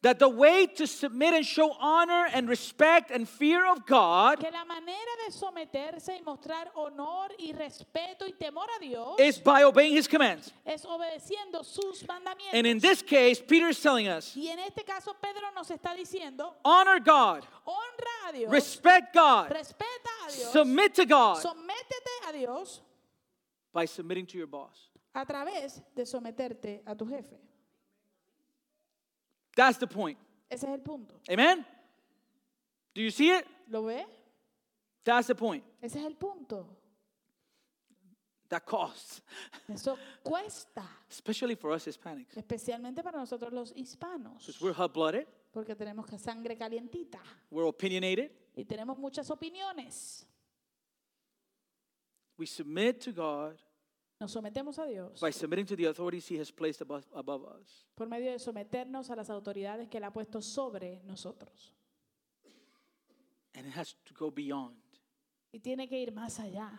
B: that the way to submit and show honor and respect and fear of God
C: que la manera de someterse y mostrar honor y respeto y temor a Dios
B: is by obeying his commands.
C: es obedeciendo sus mandamientos.
B: And in this case, Peter is telling us,
C: y en este caso Pedro nos está diciendo,
B: honor God,
C: honra a Dios,
B: respect God,
C: respeta a Dios.
B: submit to God
C: Sométete a Dios
B: by submitting to your boss.
C: a través de someterte a tu jefe.
B: That's the point.
C: Ese es el punto.
B: Amen? Do you see it?
C: ¿Lo ve?
B: That's the point.
C: Ese es el punto.
B: That costs,
C: Eso cuesta,
B: especially for us Hispanics,
C: especialmente para nosotros los hispanos,
B: because we're hot-blooded.
C: porque tenemos ca- sangre calientita
B: We're opinionated.
C: y tenemos muchas opiniones.
B: We submit to God
C: Nos sometemos a Dios
B: by submitting to the authorities He has placed above, above us.
C: por medio de someternos a las autoridades que Él ha puesto sobre nosotros.
B: And it has to go beyond.
C: Y tiene que ir más allá.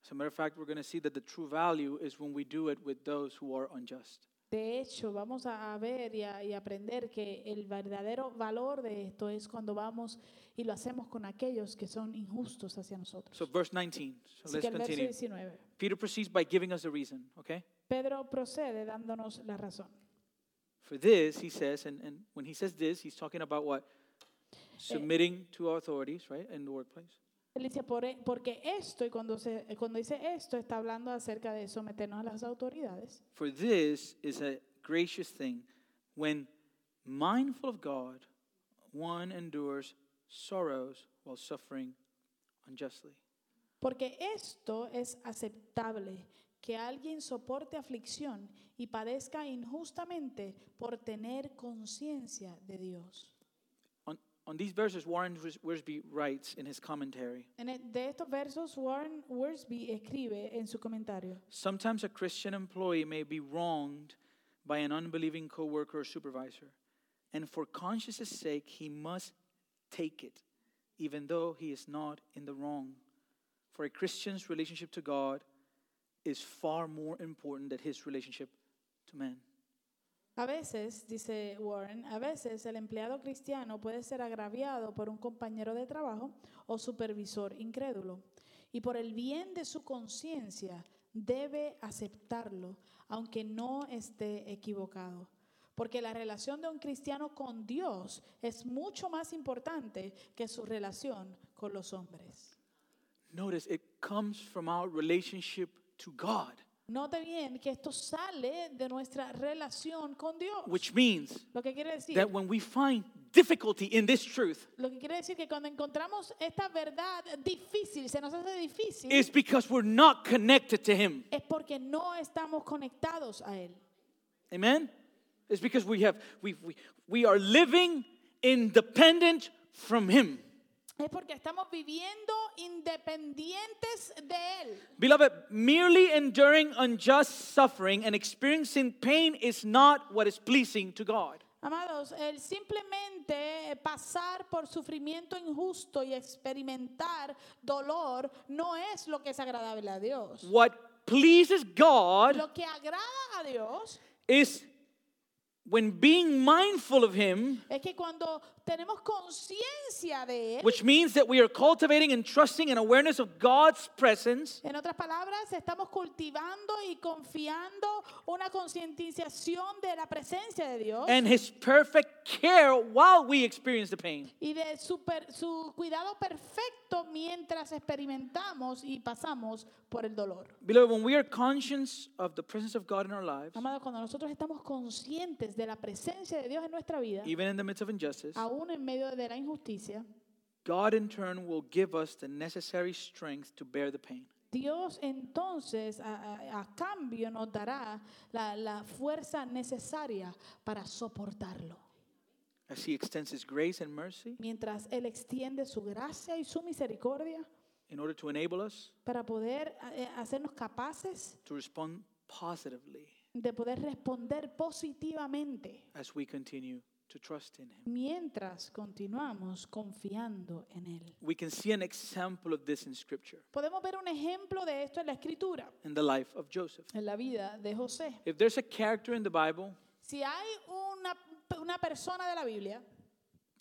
B: As a matter of fact, we're going to see that the true value is when we do it with those who are unjust.
C: De hecho, vamos a a ver y, a- y aprender que el verdadero valor de esto es cuando vamos y lo hacemos con aquellos que son injustos hacia nosotros.
B: So, verse 19. So
C: Así que
B: let's
C: el verso
B: continue.
C: 19.
B: Peter proceeds by giving us a reason, okay?
C: Pedro procede dándonos la razón.
B: For this, he says, and, and when he says this, he's talking about what? Submitting to authorities, right, in the workplace.
C: Él dice, "Por e- porque esto, y cuando, se, cuando dice esto, está hablando acerca de someternos a las autoridades.
B: For this is a gracious thing when, mindful of God, one endures sorrows while suffering unjustly.
C: Porque esto es aceptable, que alguien soporte aflicción y padezca injustamente por tener conciencia de Dios.
B: On, on these verses, Warren Wis- Wiersbe writes in his commentary
C: En e- de estos versos, Warren Worsby escribe en su comentario,
B: Sometimes a Christian employee may be wronged by an unbelieving coworker or supervisor, and for conscience' sake, he must take it, even though he is not in the wrong. For a Christian's relationship to God is far more important than his relationship to man.
C: a veces, dice Warren, a veces el empleado cristiano puede ser agraviado por un compañero de trabajo o supervisor incrédulo, y por el bien de su conciencia debe aceptarlo, aunque no esté equivocado. Porque la relación de un cristiano con Dios es mucho más importante que su relación con los hombres.
B: Notice it comes from our relationship to God,
C: Note bien que esto sale de nuestra relación con Dios.
B: which means
C: lo que quiere decir,
B: that when we find difficulty in this truth,
C: lo que quiere decir que cuando encontramos esta verdad difícil, se nos hace difícil,
B: it's because we're not connected to Him.
C: es porque no estamos conectados a él.
B: Amen? It's because we have we we, we are living independent from him.
C: Es porque estamos viviendo independientes de él.
B: Beloved, merely enduring unjust suffering and experiencing pain is not what is pleasing to God.
C: Amados, el simplemente pasar por sufrimiento injusto y experimentar dolor no es lo que es agradable a Dios.
B: What pleases God
C: Lo que agrada a Dios
B: is when being mindful of him,
C: es que cuando tenemos conciencia de él,
B: which means that we are cultivating and trusting an awareness of God's presence,
C: En otras palabras, estamos cultivando y confiando una concientización de la presencia de Dios
B: and his perfect care while we experience the pain.
C: y de su, per- su cuidado perfecto mientras experimentamos y pasamos por el dolor.
B: Beloved, when we are conscious of the presence of God in our lives,
C: Amado, cuando nosotros estamos conscientes de la presencia de Dios en nuestra vida,
B: even in the midst of injustice,
C: aún en medio de la injusticia,
B: God in turn will give us the necessary strength to bear the pain.
C: Dios entonces a, a- a cambio nos dará la- la fuerza necesaria para soportarlo.
B: As He extends His grace and mercy
C: Mientras Él extiende su gracia y su misericordia,
B: in order to enable us
C: para poder eh, hacernos capaces
B: to respond positively
C: de poder responder positivamente
B: as we continue to trust in Him.
C: mientras continuamos confiando en Él.
B: We can see an example of this in Scripture,
C: Podemos ver un ejemplo de esto en la escritura,
B: in the life of Joseph.
C: en la vida de José.
B: If there's a character in the Bible,
C: Si hay una, una persona de la Biblia,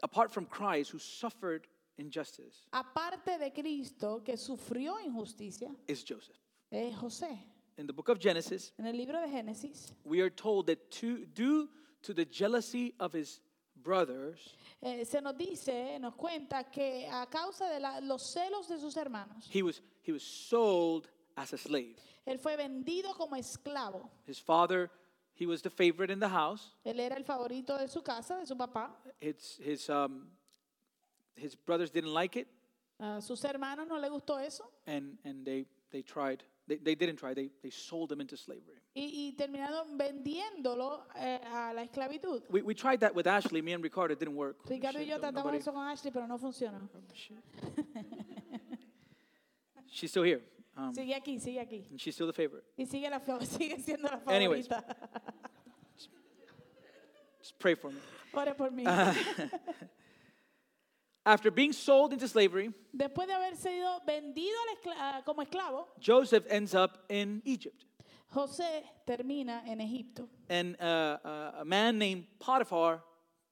B: apart from Christ, who suffered injustice,
C: aparte de Cristo, que sufrió injusticia,
B: is Joseph.
C: es José.
B: In the book of Genesis,
C: En el libro de Génesis,
B: we are told that to, due to the jealousy of his brothers,
C: eh, se nos dice, nos cuenta que a causa de la- los celos de sus hermanos,
B: He was, he was sold as a slave.
C: él fue vendido como esclavo.
B: His father, he was the favorite in the house.
C: Él era el favorito de su casa, de su papá.
B: His, his, um, his brothers didn't like it,
C: A sus hermanos no le gustó eso
B: and, and they, they tried. They, they didn't try, they, they sold him into slavery.
C: y, y terminaron vendiéndolo eh, a la esclavitud.
B: We, we tried that with Ashley, me and Ricardo, it didn't work.
C: Ricardo y
B: Shit,
C: yo
B: no-
C: tratamos
B: nobody-
C: eso con Ashley, pero no funcionó.
B: shit. she's still here, um,
C: Sigue aquí, sigue aquí.
B: and she's still the favorite.
C: Y sigue, la, fa- sigue siendo la
B: Anyways.
C: favorita.
B: Just pray for me.
C: Ore por mí.
B: After being sold into slavery,
C: Después de haber sido vendido al escla- ah, como esclavo,
B: Joseph ends up in Egypt.
C: José termina en Egipto.
B: And uh, uh, a man named Potiphar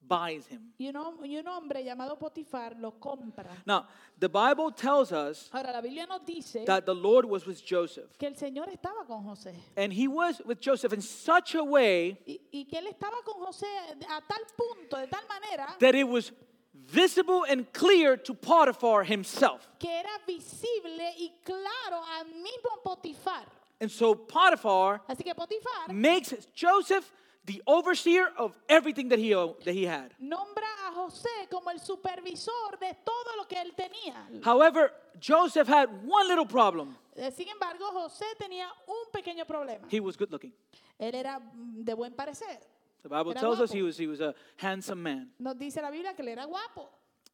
B: buys him.
C: Y un, hom- y un hombre llamado Potifar lo compra.
B: Now, the Bible tells us
C: Ahora, la Biblia nos dice
B: that the Lord was with Joseph.
C: que el Señor estaba con José.
B: And he was with Joseph in such a way
C: Y, y que él estaba con José a tal punto, de tal manera,
B: that it was visible and clear to Potiphar himself.
C: que era visible y claro al mismo Potifar.
B: And so Potiphar
C: Así que Potifar
B: makes Joseph the overseer of everything that he, o- that he had.
C: nombra a José como el supervisor de todo lo que él tenía.
B: However, Joseph had one little problem.
C: Eh, Sin embargo, José tenía un pequeño problema.
B: He was good looking.
C: Él era mm, de buen parecer.
B: The Bible
C: Era
B: tells us he
C: guapo.
B: was, he was a handsome man.
C: Nos dice la Biblia que él era guapo.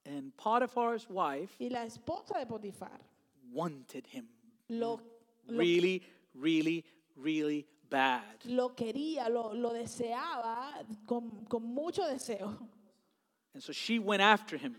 B: And Potiphar's wife
C: Y la esposa de Potifar
B: wanted him Mm.
C: lo, lo,
B: really, really, really bad.
C: lo quería, lo, lo deseaba con, con mucho deseo.
B: And so she went after him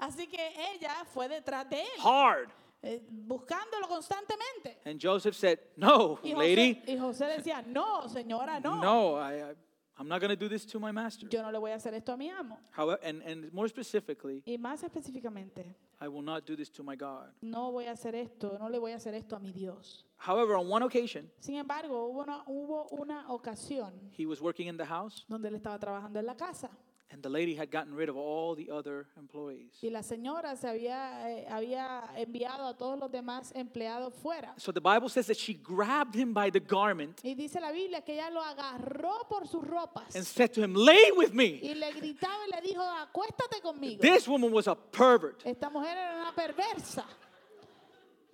C: Así que ella fue detrás de él,
B: hard.
C: eh, buscándolo constantemente.
B: And Joseph said, No,
C: Y
B: lady,
C: José, y José decía, no, señora, no.
B: no, I, I, I'm not going to do this to my master.
C: Yo no le voy a hacer esto a mi amo.
B: However, and, and more specifically,
C: Y más específicamente,
B: I will not do this to my God.
C: no voy a hacer esto, no le voy a hacer esto a mi Dios.
B: However, on one occasion,
C: Sin embargo, hubo una, hubo una ocasión
B: he was working in the house,
C: donde él estaba trabajando en la casa
B: and the lady had gotten rid of all the other employees.
C: y la señora se había, eh, había enviado a todos los demás empleados fuera.
B: So the Bible says that she grabbed him by the garment
C: Y dice la Biblia que ella lo agarró por sus
B: and
C: ropas
B: said to him, Lay with me.
C: y le gritaba y le dijo, acuéstate conmigo.
B: This woman was a pervert.
C: Esta mujer era una perversa.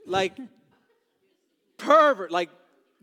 B: Like, pervert. Like,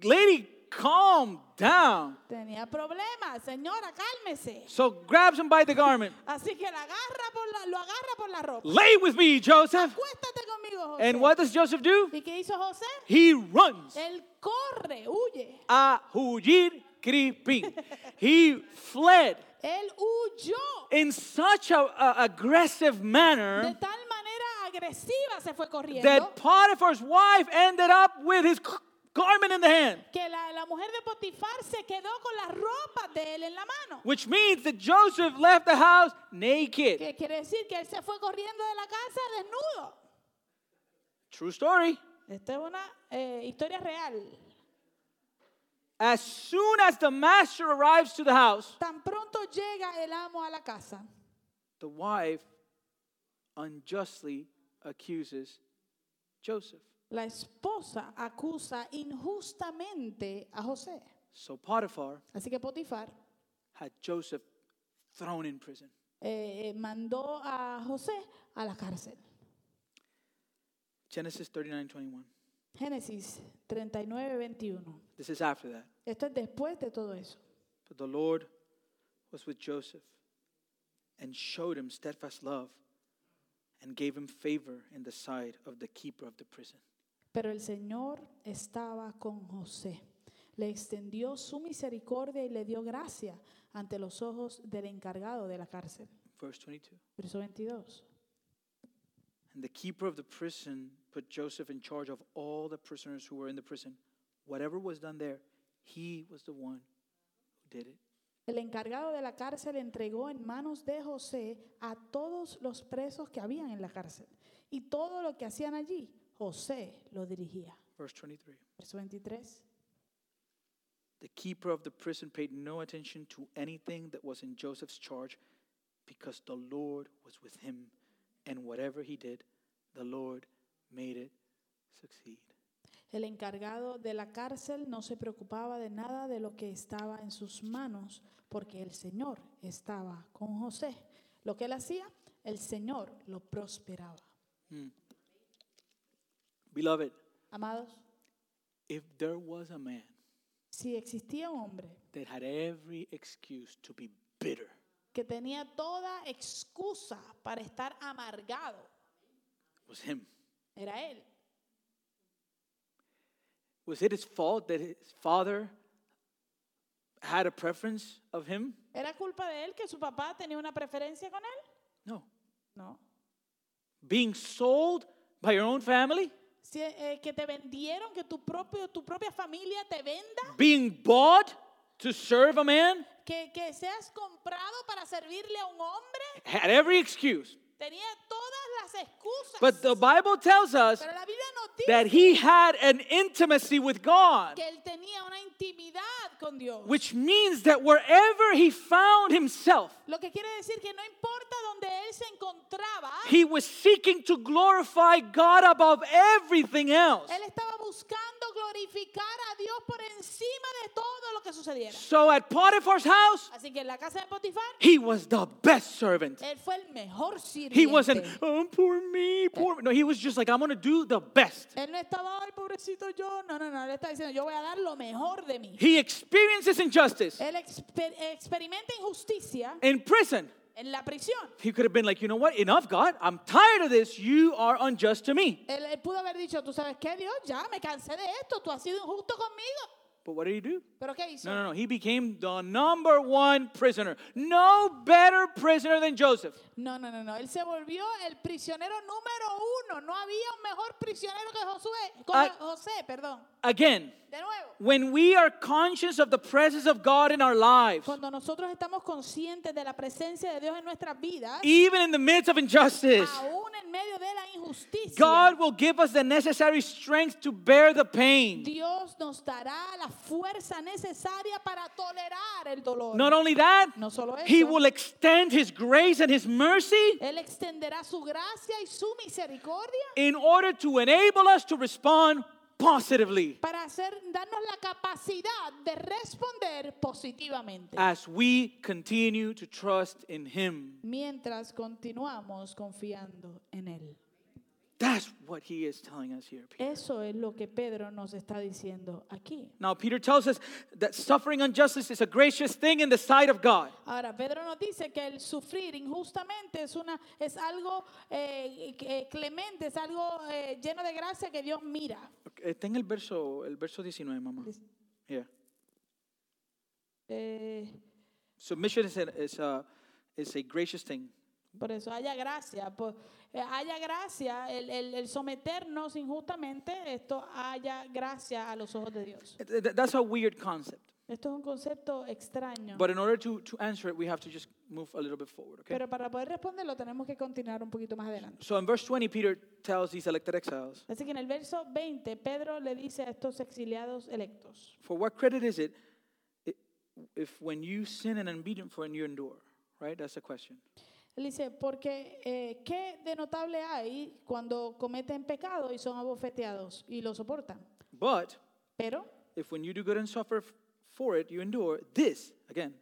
B: lady, calm down.
C: Tenía problemas, señora, cálmese.
B: So grabs him by the garment.
C: Así que la agarra por la, lo agarra por la ropa.
B: Lay with me, Joseph.
C: Acuéstate conmigo, José.
B: And what does Joseph do?
C: ¿Y qué hizo José?
B: He runs.
C: Él corre, huye.
B: A huir creeping. He fled
C: Él huyó.
B: in such a, a aggressive
C: De
B: manner
C: tal manera agresiva se fue corriendo
B: Erm. that Potiphar's wife ended up with his c- garment in the hand.
C: que la, la mujer de Potifar se quedó con las ropas de él en la mano.
B: Which means that Joseph left the house naked.
C: Que quiere decir que él se fue corriendo de la casa desnudo.
B: True story.
C: Esta es una eh, historia real.
B: As soon as the master arrives to the house,
C: Tan pronto llega el amo a la casa,
B: the wife unjustly accuses Joseph.
C: la esposa acusa injustamente a José.
B: So Potiphar
C: Así que Potifar
B: had Joseph thrown in prison.
C: eh, eh, mandó a José a la cárcel.
B: Genesis 39 21.
C: Génesis 39, 21.
B: This is after that.
C: Esto es después de todo eso.
B: But the Lord was with Joseph and showed him steadfast love and gave him favor in the sight of the keeper of the prison.
C: Pero el Señor estaba con José. Le extendió su misericordia y le dio gracia ante los ojos del encargado de la cárcel.
B: Verse 22.
C: Verso 22.
B: And the keeper of the prison put Joseph in charge of all the prisoners who were in the prison. Whatever was done there, he was the one who did it.
C: El encargado de la cárcel entregó en manos de José a todos los presos que habían en la cárcel. Y todo lo que hacían allí, José lo dirigía.
B: Verse 23.
C: Verso 23.
B: The keeper of the prison paid no attention to anything that was in Joseph's charge because the Lord was with him. And whatever he did, the Lord made it succeed.
C: El encargado de la cárcel no se preocupaba de nada de lo que estaba en sus manos, porque el Señor estaba con José. Lo que él hacía, el Señor lo prosperaba.
B: Hmm. Beloved,
C: Amados,
B: if there was a man
C: si existía un hombre
B: that had every excuse to be bitter,
C: que tenía toda excusa para estar amargado,
B: it was him.
C: era él.
B: Was it his fault that his father had a preference of him?
C: ¿Era culpa de él que su papá tenía una preferencia con él?
B: No.
C: No.
B: being sold by your own family,
C: Si, eh, que te vendieron, que tu, propio, tu propia familia te venda,
B: being bought to serve a man,
C: que, que seas comprado para servirle a un hombre.
B: had every excuse.
C: Tenía todas las excusas.
B: But the Bible tells us
C: Pero la Biblia nos dice
B: that he had an intimacy with God,
C: que él tenía una intimidad con Dios.
B: which means that wherever he found himself,
C: Lo que quiere decir que no importa donde él se encontraba,
B: he was seeking to glorify God above everything else.
C: él estaba buscando glorificar a Dios por encima de todo lo que sucediera.
B: So at Potiphar's house,
C: Así que en la casa de Potifar,
B: he was the best servant.
C: él fue el mejor sirviente.
B: He wasn't, oh, poor me, poor me. No, he was just like, I'm going to do the best.
C: Él no estaba, ay, pobrecito yo. No, no, no. Él está diciendo, yo voy a dar lo mejor de mí.
B: He experiences injustice
C: Él exper- experimenta injusticia
B: in prison.
C: en la prisión.
B: He could have been like, you know what? Enough, God. I'm tired of this. You are unjust to me.
C: Él, él pudo haber dicho, tú sabes qué, Dios, ya me cansé de esto. Tú has sido injusto conmigo.
B: But what did he do?
C: Pero ¿qué hizo?
B: No, no, no. He became the number one prisoner. No better prisoner than Joseph.
C: No, no, no, no. Él se volvió el prisionero número uno. No había un mejor prisionero que Josué, como
B: Ah.
C: José, perdón.
B: Again,
C: De nuevo.
B: when we are conscious of the presence of God in our lives,
C: Cuando nosotros estamos conscientes de la presencia de Dios en nuestras vidas,
B: even in the midst of injustice,
C: aún en medio de la injusticia,
B: God will give us the necessary strength to bear the pain.
C: Dios nos dará la fuerza necesaria para tolerar el dolor.
B: Not only that,
C: No solo eso.
B: He will extend His grace and His mercy
C: Él extenderá su gracia y su misericordia
B: in order to enable us to respond positively
C: para hacer, darnos la capacidad de responder positivamente.
B: as we continue to trust in Him.
C: mientras continuamos confiando en Él.
B: That's what He is telling us here. Peter.
C: Eso es lo que Pedro nos está diciendo aquí.
B: Now, Peter tells us that suffering injustice is a gracious thing in the sight of God.
C: Ahora, Pedro nos dice que el sufrir injustamente es, una, es algo eh, eh, clemente, es algo eh, lleno de gracia que Dios mira.
B: Okay, Ten el verso, el verso 19, mamá.
C: Dice-
B: Yeah.
C: Eh,
B: Submission is, a, is, a, is a gracious thing.
C: por eso, haya gracia, por- eh, haya gracia, el, el- el someternos injustamente, esto haya gracia a los ojos de Dios.
B: Th- th- That's a weird concept.
C: Esto es un concepto extraño,
B: But in order to, to answer it, we have to just move a little bit forward, okay?
C: pero para poder responderlo tenemos que continuar un poquito más adelante.
B: So in verse 20, Peter tells these elected exiles,
C: Así que en el verso 20, Pedro le dice a estos exiliados electos,
B: For what credit is it i- if when you sin and unbedient for and you endure? Right? That's the question.
C: él dice, porque eh, ¿qué de notable hay cuando cometen pecado y son abofeteados y lo soportan?
B: But
C: Pero,
B: if when you do good and suffer f- for it, you endure, this, again,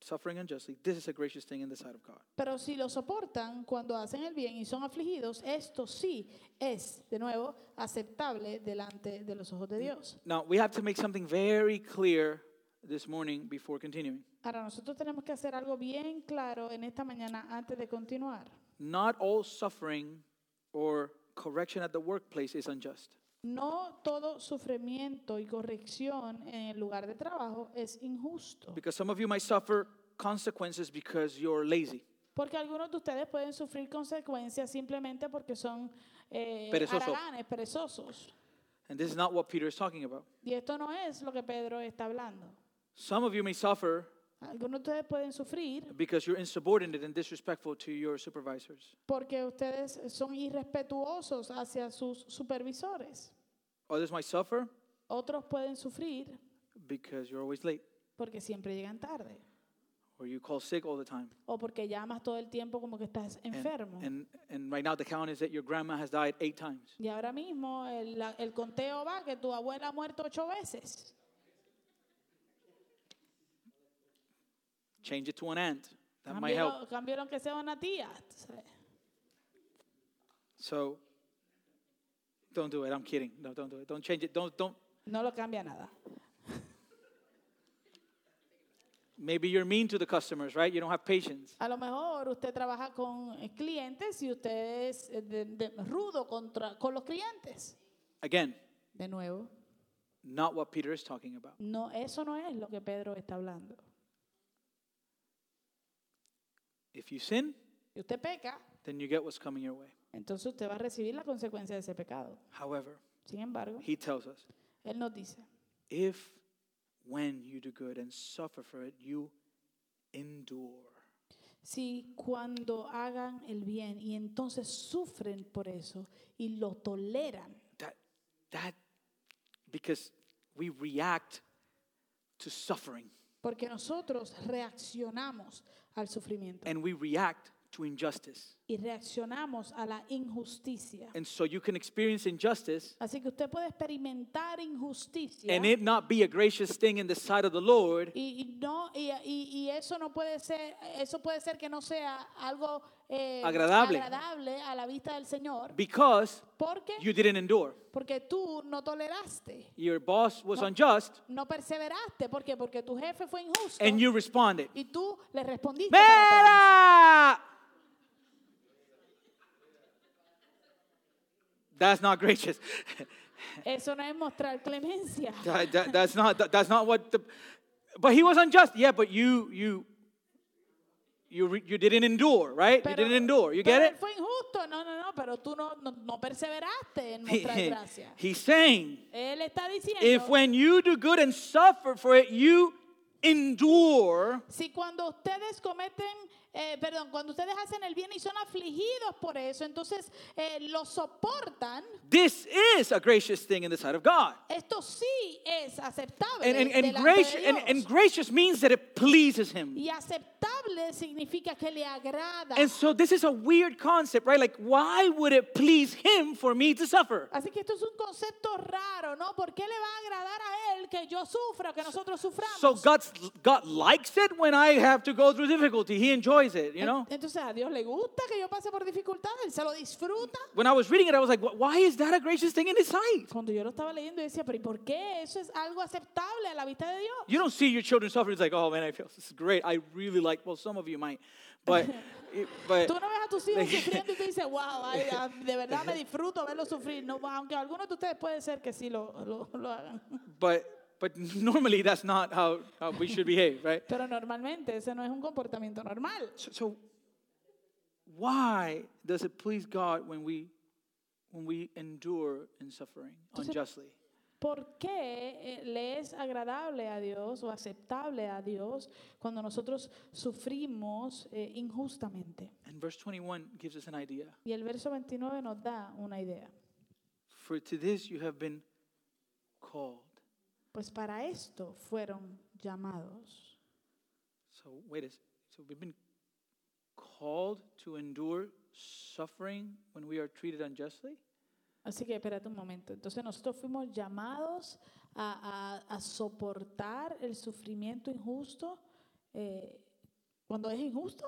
B: suffering unjustly, this is a gracious thing in the sight of God.
C: pero si lo soportan cuando hacen el bien y son afligidos, esto sí es, de nuevo, aceptable delante de los ojos de Dios.
B: Now, we have to make something very clear this morning before continuing.
C: Ahora, nosotros tenemos que hacer algo bien claro en esta mañana antes de continuar.
B: Not all suffering or correction at the workplace is unjust.
C: No todo sufrimiento y corrección en el lugar de trabajo es injusto.
B: Because some of you might suffer consequences because you're lazy.
C: Porque algunos de ustedes pueden sufrir consecuencias simplemente porque son eh,
B: Perezoso.
C: haraganes, perezosos.
B: And this is not what Peter is talking about.
C: Y esto no es lo que Pedro está hablando.
B: Some of you may suffer
C: Algunos de ustedes pueden sufrir
B: because you're insubordinate and disrespectful to your supervisors.
C: porque ustedes son irrespetuosos hacia sus supervisores.
B: Others might suffer
C: Otros pueden sufrir
B: because you're always late
C: porque siempre llegan tarde
B: or you call sick all the time.
C: o porque llamas todo el tiempo como que estás
B: And,
C: enfermo.
B: and, and right now, the count is that your grandma has died eight times.
C: y ahora mismo el, la- el conteo va que tu abuela ha muerto ocho veces.
B: Change it to an aunt. That might help.
C: Cambiaron, cambiaron que sea una tía. tú sabes.
B: So don't do it. I'm kidding. No, don't do it. Don't change it. Don't, don't.
C: No lo cambia nada.
B: Maybe you're mean to the customers, right? You don't have patience.
C: A lo mejor usted trabaja con eh, clientes y usted es eh, de- de- rudo contra, con los clientes.
B: Again,
C: De nuevo,
B: not what Peter is talking about.
C: no, eso no es lo que Pedro está hablando.
B: If you sin,
C: Y usted peca,
B: then you get what's coming your way.
C: entonces usted va a recibir la consecuencia de ese pecado.
B: However,
C: Sin embargo,
B: he tells us
C: Él nos dice,
B: if when you do good and suffer for it, you endure.
C: si cuando hagan el bien y entonces sufren por eso y lo toleran,
B: That, that, because we react to suffering
C: porque nosotros reaccionamos al sufrimiento
B: and we react to injustice.
C: y reaccionamos a la injusticia.
B: And so you can experience injustice
C: Así que usted puede experimentar injusticia
B: and it not be a gracious thing in the sight of the Lord,
C: y, y no y, y- y eso no puede ser eso puede ser que no sea algo eh,
B: Agradable.
C: agradable a la vista del Señor.
B: because
C: Porque
B: you didn't endure.
C: porque tú no toleraste,
B: Your boss was unjust
C: no perseveraste, porque porque tu jefe fue injusto
B: and you responded.
C: y tú le respondiste. para atrás.
B: Mira! That's not gracious.
C: Eso no es mostrar clemencia.
B: That- that- that's not that- that's not what the but he was unjust. Yeah, but you you you re, you didn't endure, right? you didn't endure. You
C: pero
B: get
C: él
B: it?
C: fue injusto, no, no, no, pero tú no, no, no perseveraste en
B: He-
C: mostrar
B: he-
C: gracia.
B: he's saying
C: Él está diciendo,
B: if when you do good and suffer for it you endure
C: si cuando ustedes cometen, eh, perdón, cuando ustedes hacen el bien y son afligidos por eso, entonces eh, lo soportan,
B: this is a gracious thing in the sight of God.
C: esto sí es aceptable
B: And and, and
C: delante de
B: gracious and,
C: Dios.
B: and gracious means that it pleases him.
C: Y aceptable significa que le agrada.
B: And so this is a weird concept, right? Like, why would it please him for me to suffer?
C: Así que esto es un concepto raro, ¿no? ¿Por qué le va a agradar a él que yo sufra, que nosotros suframos?
B: So God's, God likes it when I have to go through difficulty. He enjoys it, you
C: En-
B: know?
C: Entonces a Dios le gusta que yo pase por dificultades, él se lo disfruta.
B: When I was reading it, I was like, "Wh- why is that a gracious thing in his sight?
C: Cuando yo lo estaba leyendo, yo decía, pero ¿y por qué eso es algo aceptable a la vista de Dios?
B: You don't see your children suffering. It's like, oh man, I feel this is great. I really like, well, some of you might. But, it- but
C: Tú no ves a tus hijos sufriendo y tú dices, wow, ay, ah, de verdad me disfruto verlos sufrir. No, aunque algunos de ustedes puede ser que sí lo, lo- lo hagan.
B: but but normally that's not how, how we should behave, right?
C: Pero normalmente ese no es un comportamiento normal.
B: So, so why does it please God when we when we endure in suffering unjustly?
C: ¿Por qué eh, le es agradable a Dios o aceptable a Dios cuando nosotros sufrimos eh, injustamente?
B: And verse 21 gives us an idea.
C: Y el verso 29 nos da una idea.
B: For to this you have been called.
C: Pues para esto fueron llamados.
B: So wait a s- so we've been called to endure suffering when we are treated unjustly?
C: Así que espérate un momento. Entonces nosotros fuimos llamados a, a- a soportar el sufrimiento injusto eh, cuando es injusto.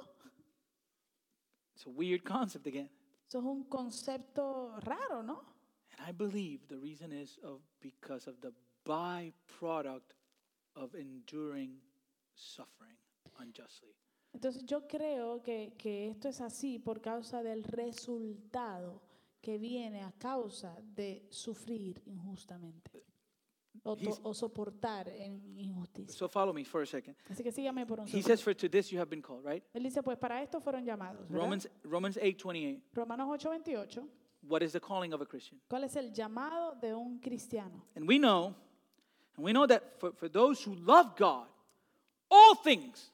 B: It's a weird concept again.
C: Eso es un concepto raro, ¿no?
B: And I believe the reason is of because of the byproduct of enduring suffering unjustly.
C: Entonces yo creo que, que esto es así por causa del resultado que viene a causa de sufrir injustamente o, to-
B: He's-
C: o soportar en injusticia.
B: So follow me for a second.
C: Así que sígame por un
B: He
C: segundo.
B: says, "For to this you have been called." Right?
C: Él dice, pues para esto fueron llamados. ¿verdad?
B: Romans Romans eight twenty eight.
C: Romanos 8:28.
B: What is the calling of a Christian?
C: ¿Cuál es el llamado de un cristiano?
B: And we know, and we know that for, for those who love God, all things,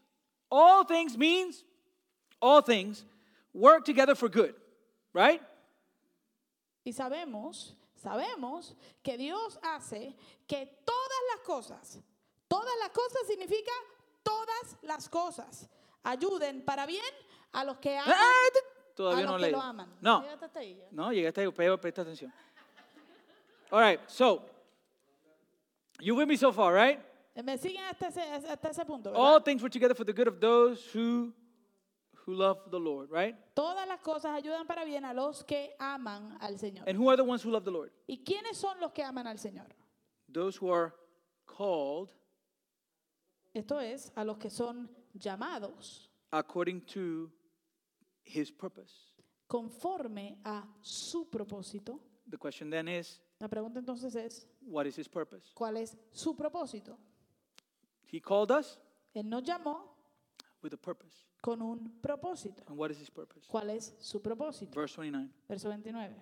B: all things means all things work together for good. Right?
C: Y sabemos, sabemos que Dios hace que todas las cosas, todas las cosas significa todas las cosas, ayuden para bien a los que aman,
B: Ah, te-
C: a
B: Todavía no
C: los que
B: leí.
C: lo aman.
B: No,
C: Llegaste hasta ahí ya.
B: no, llegaste ahí, pero presta atención. All right, so you with me so far, right?
C: Eh, Me siguen hasta ese, hasta ese punto. ¿verdad?
B: All things work together for the good of those who who love the Lord, right?
C: Todas las cosas ayudan para bien a los que aman al Señor.
B: And who are the ones who love the Lord?
C: ¿Y quiénes son los que aman al Señor?
B: Those who are called
C: Esto es, a los que son llamados
B: according to his purpose.
C: conforme a su propósito.
B: The question then is,
C: La pregunta entonces es,
B: what is his purpose?
C: ¿cuál es su propósito?
B: He called us
C: Él nos llamó
B: with a purpose.
C: con un propósito.
B: And what is his purpose?
C: ¿Cuál es su propósito?
B: Verse 29.
C: Verso 29.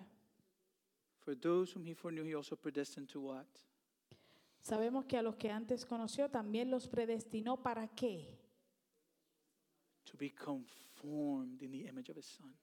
B: For those whom he foreknew, he also predestined to what?
C: Sabemos que a los que antes conoció también los predestinó para qué?
B: To be conformed in the image of his son.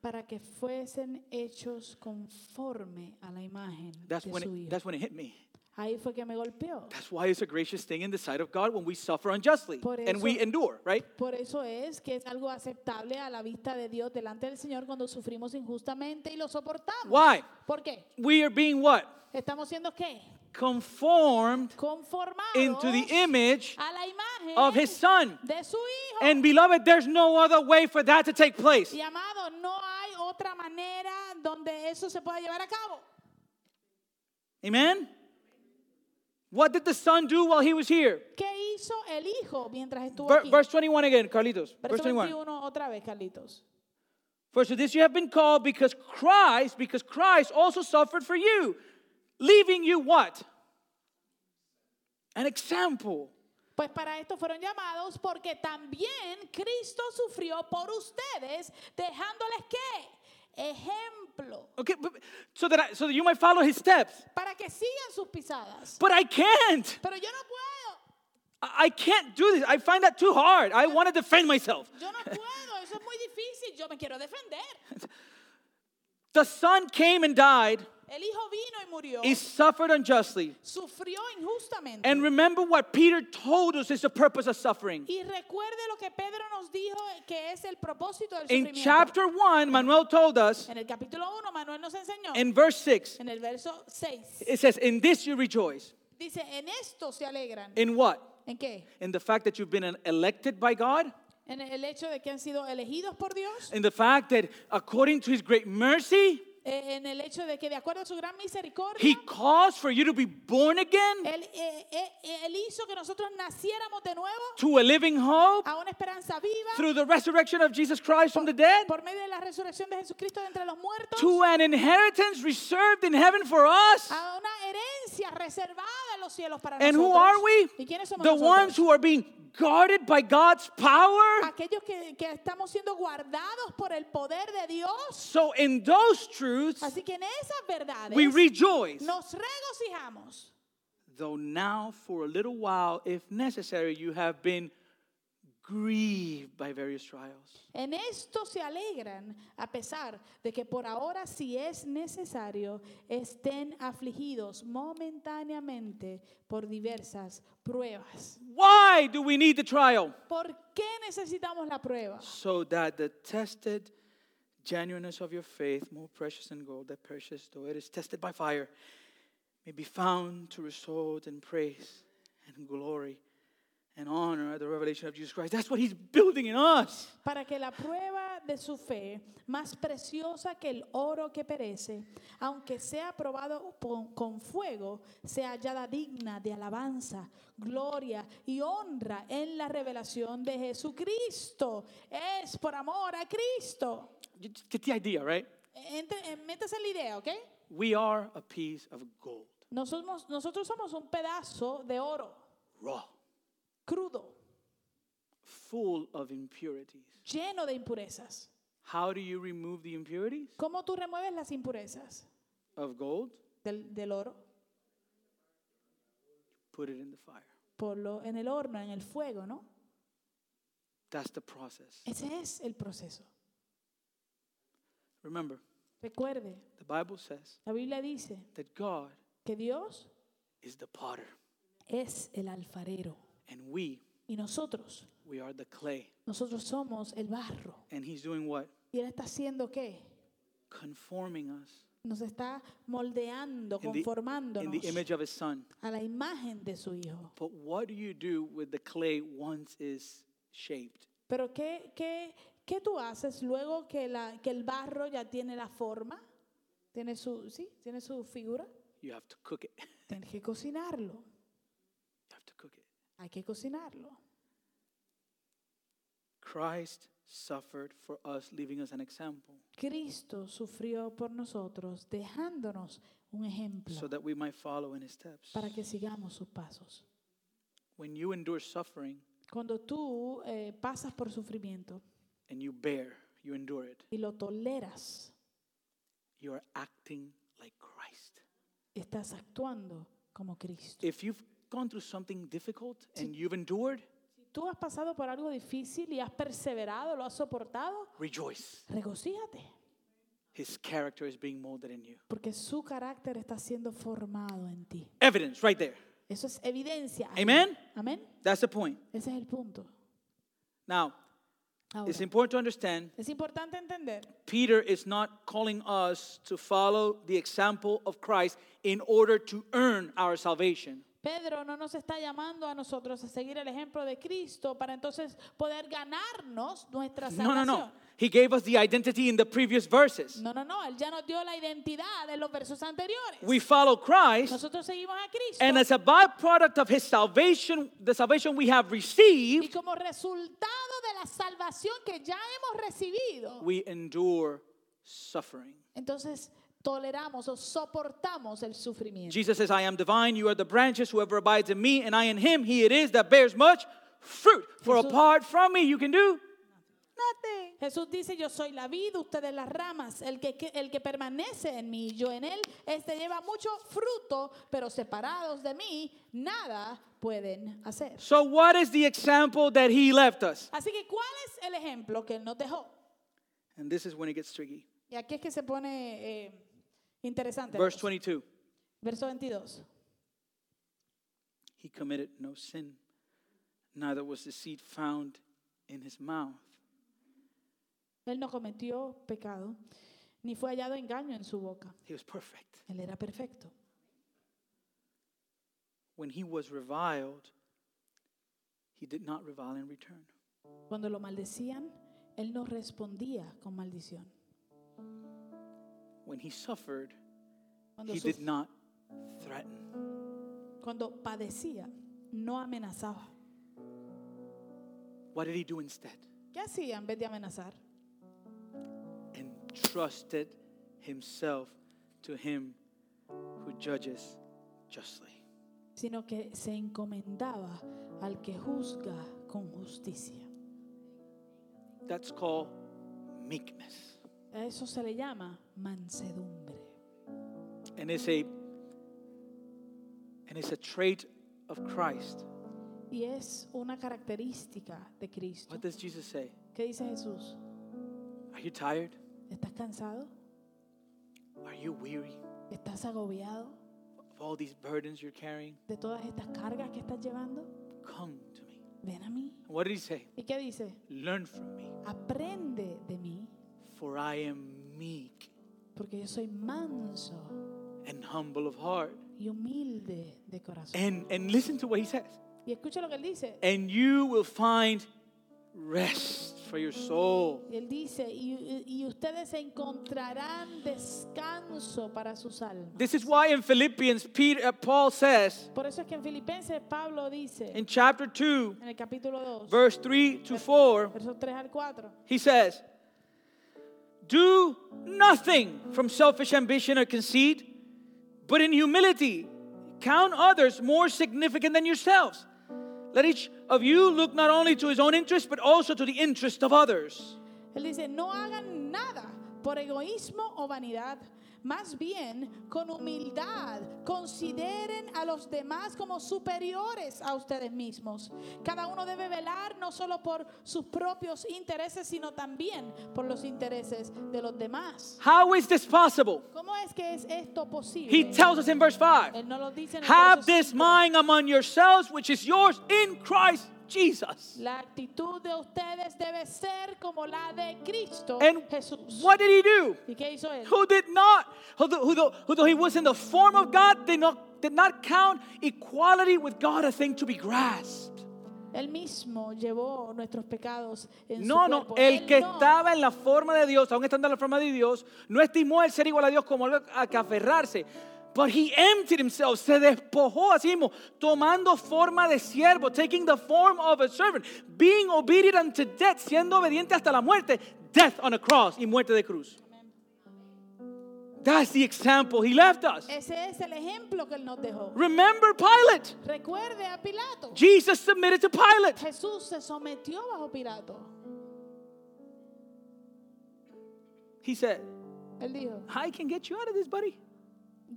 C: Para que fuesen hechos conforme a la imagen
B: That's
C: de
B: when,
C: su
B: it,
C: hijo.
B: that's when it hit me.
C: Ahí fue que me golpeó.
B: That's why it's a gracious thing in the sight of God when we suffer unjustly
C: Por
B: and we
C: eso-
B: endure, right?
C: Por eso es que es algo aceptable a la vista de Dios delante del Señor cuando sufrimos injustamente y lo soportamos.
B: Why?
C: ¿Por qué?
B: We are being what?
C: Estamos siendo qué?
B: Conformed
C: Conformados
B: into the image
C: a la imagen
B: of his son.
C: de su hijo.
B: And beloved, there's no other way for that to take place.
C: Y amado, no hay otra manera donde eso se pueda llevar a cabo.
B: Amen? What did the son do while he was here?
C: ¿Qué hizo el hijo mientras estuvo
B: Ver-
C: aquí?
B: verse 21 again, Carlitos. Verse
C: Verso
B: 21.
C: 21 otra vez, Carlitos.
B: For to this you have been called because Christ, because Christ also suffered for you, leaving you what? An example.
C: Pues para esto fueron llamados porque también Cristo sufrió por ustedes, dejándoles qué? Ejemplo,
B: Okay, but, so that I, so that you might follow his steps.
C: para que sigan sus pisadas.
B: But I can't.
C: Pero yo no puedo,
B: I I can't do this. I find that too hard. I want to defend myself.
C: yo no puedo, eso es muy difícil, yo me quiero defender.
B: The son came and died.
C: El hijo vino y murió,
B: He suffered unjustly.
C: sufrió injustamente.
B: And remember what Peter told us is the purpose of suffering.
C: Y recuerde lo que Pedro nos dijo que es el propósito del
B: In
C: sufrimiento.
B: chapter 1, Manuel told us
C: en el capítulo 1 Manuel nos enseñó
B: in verse 6,
C: en Eh, el verso 6
B: it says, In this you rejoice.
C: dice, "En esto se alegran."
B: In what?
C: ¿En qué?
B: In the fact that you've been an- elected by God?
C: En el hecho de que han sido elegidos por Dios,
B: In the fact that according to his great mercy,
C: eh, en el hecho de que de acuerdo a su gran misericordia
B: he caused for you to be born again
C: él, eh, eh, Él hizo que nosotros naciéramos de nuevo
B: to a living hope
C: a una esperanza viva
B: through the resurrection of Jesus Christ from the dead
C: por medio de la resurrección de Jesucristo de entre los muertos
B: to an inheritance reserved in heaven for us.
C: a una herencia reservada en los cielos para
B: And who
C: nosotros.
B: are we?
C: ¿Y quiénes somos
B: The
C: nosotros? Ah,
B: ones who are being guarded by God's power.
C: aquellos que, que estamos siendo guardados por el poder de Dios.
B: So, in those truths,
C: Así que en esas verdades
B: we rejoice.
C: nos regocijamos.
B: Though now, for a little while, if necessary, you have been grieved by various trials.
C: En esto se alegran, a pesar de que por ahora, si es necesario, estén afligidos momentáneamente por diversas pruebas.
B: Why do we need the trial?
C: ¿Por qué necesitamos la prueba?
B: So that the tested genuineness of your faith, more precious than gold that perishes though it is tested by fire, may be found to result in praise and glory and honor at the revelation of Jesus Christ. That's what he's building in us.
C: para que la prueba de su fe, más preciosa que el oro que perece, aunque sea probado con, con fuego, sea hallada digna de alabanza, gloria y honra en la revelación de Jesucristo. Es por amor a Cristo.
B: You just get the idea, right?
C: Entre- eh, métase en la idea, ¿ok?
B: We are a piece of gold,
C: Nos somos- nosotros somos un pedazo de oro
B: raw,
C: crudo,
B: full of impurities.
C: lleno de impurezas.
B: How do you remove the impurities
C: ¿Cómo tú remueves las impurezas
B: of gold?
C: del, del oro?
B: Put it in the fire.
C: Ponlo en el horno, en el fuego, ¿no?
B: That's the process.
C: Ese es el proceso.
B: Remember,
C: Recuerde,
B: the Bible says
C: la Biblia dice
B: that God
C: que Dios
B: is the potter
C: es el alfarero
B: and we
C: y nosotros,
B: we are the clay
C: nosotros somos el barro.
B: and he's doing what
C: ¿Y Él está haciendo qué?
B: conforming us
C: Nos está moldeando,
B: in the, in
C: conformándonos
B: the image of his son
C: a la imagen de su Hijo.
B: but what do you do with the clay once is shaped
C: Pero ¿qué, qué, qué tú haces luego que, la, que el barro ya tiene la forma? Tiene su, sí, tiene su figura.
B: you have to cook it you
C: Tienes que cocinarlo.
B: have to cook it
C: Hay que cocinarlo.
B: christ suffered for us leaving us an example
C: Cristo sufrió por nosotros, dejándonos un ejemplo
B: so that we might follow in his steps
C: para que sigamos sus pasos.
B: when you endure suffering
C: Cuando tú eh, pasas por sufrimiento
B: and you bear, you endure it,
C: y lo toleras,
B: you are acting like Christ.
C: estás actuando como Cristo.
B: If you've gone through something difficult and you've endured,
C: Si tú has pasado por algo difícil y has perseverado, lo has soportado,
B: rejoice.
C: regocíjate,
B: His character is being molded in you.
C: porque su carácter está siendo formado en ti.
B: Evidence right there.
C: Eso es evidencia.
B: Amen.
C: Amén.
B: That's the point.
C: Ese es el punto.
B: Now,
C: Ahora,
B: it's important to understand
C: es importante entender
B: Peter is not calling us to follow the example of Christ in order to earn our salvation.
C: Pedro no nos está llamando a nosotros a seguir el ejemplo de Cristo para entonces poder ganarnos nuestra
B: No, no,
C: salvación.
B: no. He gave us the identity in the previous verses.
C: no, no, no, Él ya nos dio la identidad de los versos anteriores.
B: We follow Christ,
C: Nosotros seguimos a Cristo
B: and as a byproduct of his salvation, the salvation we have
C: y
B: received,
C: como resultado de la salvación que ya hemos recibido,
B: we endure suffering.
C: entonces toleramos o soportamos el sufrimiento.
B: Jesus says, I am the vine, you are the branches, whoever abides in me, and I in him, he it is that bears much fruit. For
C: Jesús-
B: apart from me, you can do nothing.
C: Jesús dice, yo soy la vid, ustedes las ramas, el que, que- el que permanece en mí y yo en él, este lleva mucho fruto, pero separados de mí, nada pueden hacer.
B: So, what is the example that he left us?
C: Así que, ¿cuál es el ejemplo que él nos dejó?
B: And this is when it gets tricky.
C: Y aquí es que se pone eh, interesante. la
B: Verse
C: cosa.
B: 22
C: Verso 22.
B: He committed no sin, neither was deceit found in his mouth.
C: Él no cometió pecado, ni fue hallado engaño en su boca.
B: He was perfect.
C: Él era perfecto.
B: When he was reviled, he did not revile in return.
C: Cuando lo maldecían, él no respondía con maldición.
B: When he suffered,
C: Cuando,
B: he
C: suf-
B: did not threaten.
C: cuando padecía, no amenazaba.
B: What did he do instead?
C: ¿Qué hacía en vez de amenazar?
B: And trusted himself to him who judges justly.
C: Sino que se encomendaba al que juzga con justicia.
B: That's called meekness.
C: A eso se le llama mansedumbre.
B: And it's a and it's a trait of Christ.
C: Y es una característica de Cristo.
B: What does Jesus say?
C: ¿Qué dice Jesús?
B: Are you tired?
C: ¿Estás cansado?
B: Are you weary
C: ¿Estás agobiado
B: of all these burdens you're carrying?
C: de todas estas cargas que estás llevando?
B: Come to me.
C: Ven a mí.
B: And What did he say?
C: ¿Y qué dice?
B: Learn from me,
C: Aprende de mí,
B: for I am meek
C: porque yo soy manso
B: and humble of heart.
C: y humilde de corazón.
B: And and listen to what he says.
C: Y escucha lo que él dice.
B: and you will find rest for your soul.
C: Y él dice, y, y- y ustedes encontrarán descanso para sus almas.
B: This is why in Philippians, Peter, uh, Paul says
C: Por eso es que en Filipenses Pablo dice,
B: in chapter 2,
C: en el capítulo 2,
B: verse 3 to 4,
C: versos 3 al 4,
B: he says, Do nothing from selfish ambition or conceit, but in humility count others more significant than yourselves. Let each of you look not only to his own interest, but also to the interest of others.
C: él dice, no hagan nada por egoísmo o vanidad. Más bien, con humildad, consideren a los demás como superiores a ustedes mismos. Cada uno debe velar no solo por sus propios intereses, sino también por los intereses de los demás.
B: How is this possible?
C: ¿Cómo es que es esto posible?
B: He tells us in verse 5.
C: Él no lo dice en el
B: Have
C: verso
B: this
C: cinco.
B: mind among yourselves, which is yours in Christ Jesus.
C: La actitud de ustedes debe ser como la de Cristo
B: And
C: Jesús.
B: what did he do?
C: ¿Y qué hizo él?
B: Who did not, who though, who though, who though he was in the form of God, did not, did not count equality with God a thing to be grasped.
C: Él mismo llevó nuestros pecados en
B: No,
C: su
B: no,
C: cuerpo.
B: el
C: Él
B: que
C: no.
B: estaba en la forma de Dios, aún estando en la forma de Dios, no estimó el ser igual a Dios como algo a que aferrarse. But he emptied himself, se despojó a sí mismo, tomando forma de siervo, taking the form of a servant, being obedient unto death, siendo obediente hasta la muerte, death on a cross y muerte de cruz. That's the example he left us.
C: Ese es el ejemplo que él nos dejó.
B: Remember Pilate.
C: Recuerde a Pilato.
B: Jesus submitted to Pilate.
C: Jesús se sometió bajo Pilato.
B: He said,
C: Él dijo,
B: I can get you out of this, buddy.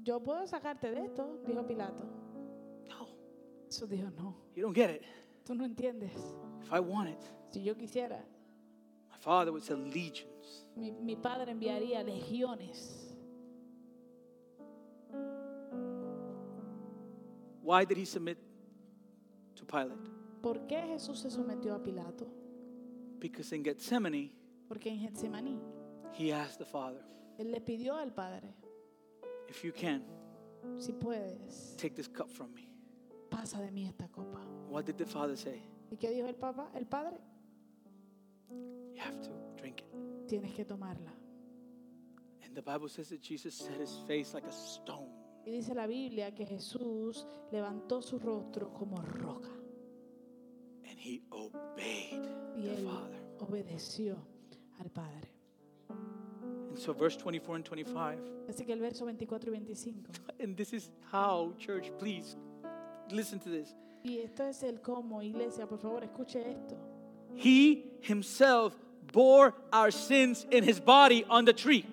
C: yo puedo sacarte de esto, dijo Pilato.
B: No,
C: Jesús dijo, no,
B: you don't get it.
C: tú no entiendes.
B: If I want it,
C: Si yo quisiera,
B: my father would send legions.
C: mi, mi padre enviaría legiones.
B: Why did he submit to Pilate?
C: ¿Por qué Jesús se sometió a Pilato?
B: Because in Gethsemane,
C: Porque en Getsemaní
B: he asked the Father,
C: él le pidió al Padre,
B: If you can,
C: si puedes,
B: take this cup from me.
C: pasa de mí esta copa.
B: What did the Father say?
C: ¿Y qué dijo el papá? El Padre,
B: You have to drink it.
C: tienes que tomarla.
B: And the Bible says that Jesus set his face like a stone.
C: Y dice la Biblia que Jesús levantó su rostro como roca
B: and he obeyed
C: y
B: the
C: él
B: Father.
C: obedeció al Padre.
B: And so, verse 24 and 25,
C: Así que el verso 24 y 25.
B: and this is how, church, please listen to this.
C: Y esto es el cómo, iglesia, por favor, escuche esto.
B: He himself bore our sins in his body on the tree.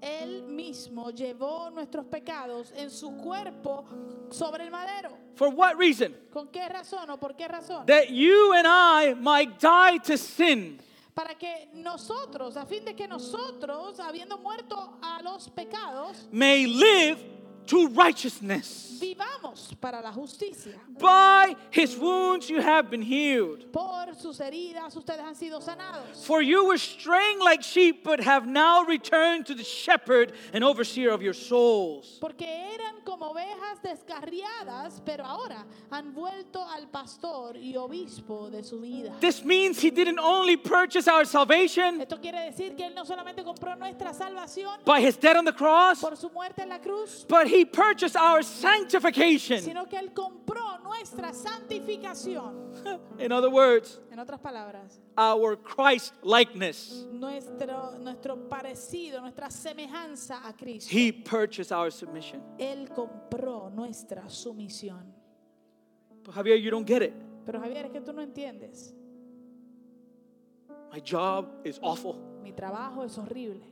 C: Él mismo llevó nuestros pecados en su cuerpo sobre el madero.
B: For what reason?
C: ¿Con qué razón o por qué razón?
B: That you and I might die to sin
C: Para que nosotros, a fin de que nosotros, habiendo muerto a los pecados,
B: may live to righteousness.
C: vivamos para la justicia.
B: By his wounds you have been healed.
C: Por sus heridas ustedes han sido sanados.
B: For you were straying like sheep, but have now returned to the shepherd and overseer of your souls.
C: Porque eran como ovejas descarriadas, pero ahora han vuelto al pastor y obispo de su vida.
B: This means he didn't only purchase our salvation
C: Esto quiere decir que Él no solamente compró nuestra salvación
B: by his death on the cross,
C: por su muerte en la cruz,
B: but he purchased our sanctification.
C: sino que Él compró nuestra santificación.
B: In other words,
C: En otras palabras,
B: our Christ likeness.
C: nuestro, nuestro parecido, nuestra semejanza a Cristo.
B: He purchased our submission.
C: Él compró nuestra sumisión.
B: But Javier, you don't get it.
C: Pero Javier, es que tú no entiendes.
B: My job is awful,
C: Mi trabajo es horrible.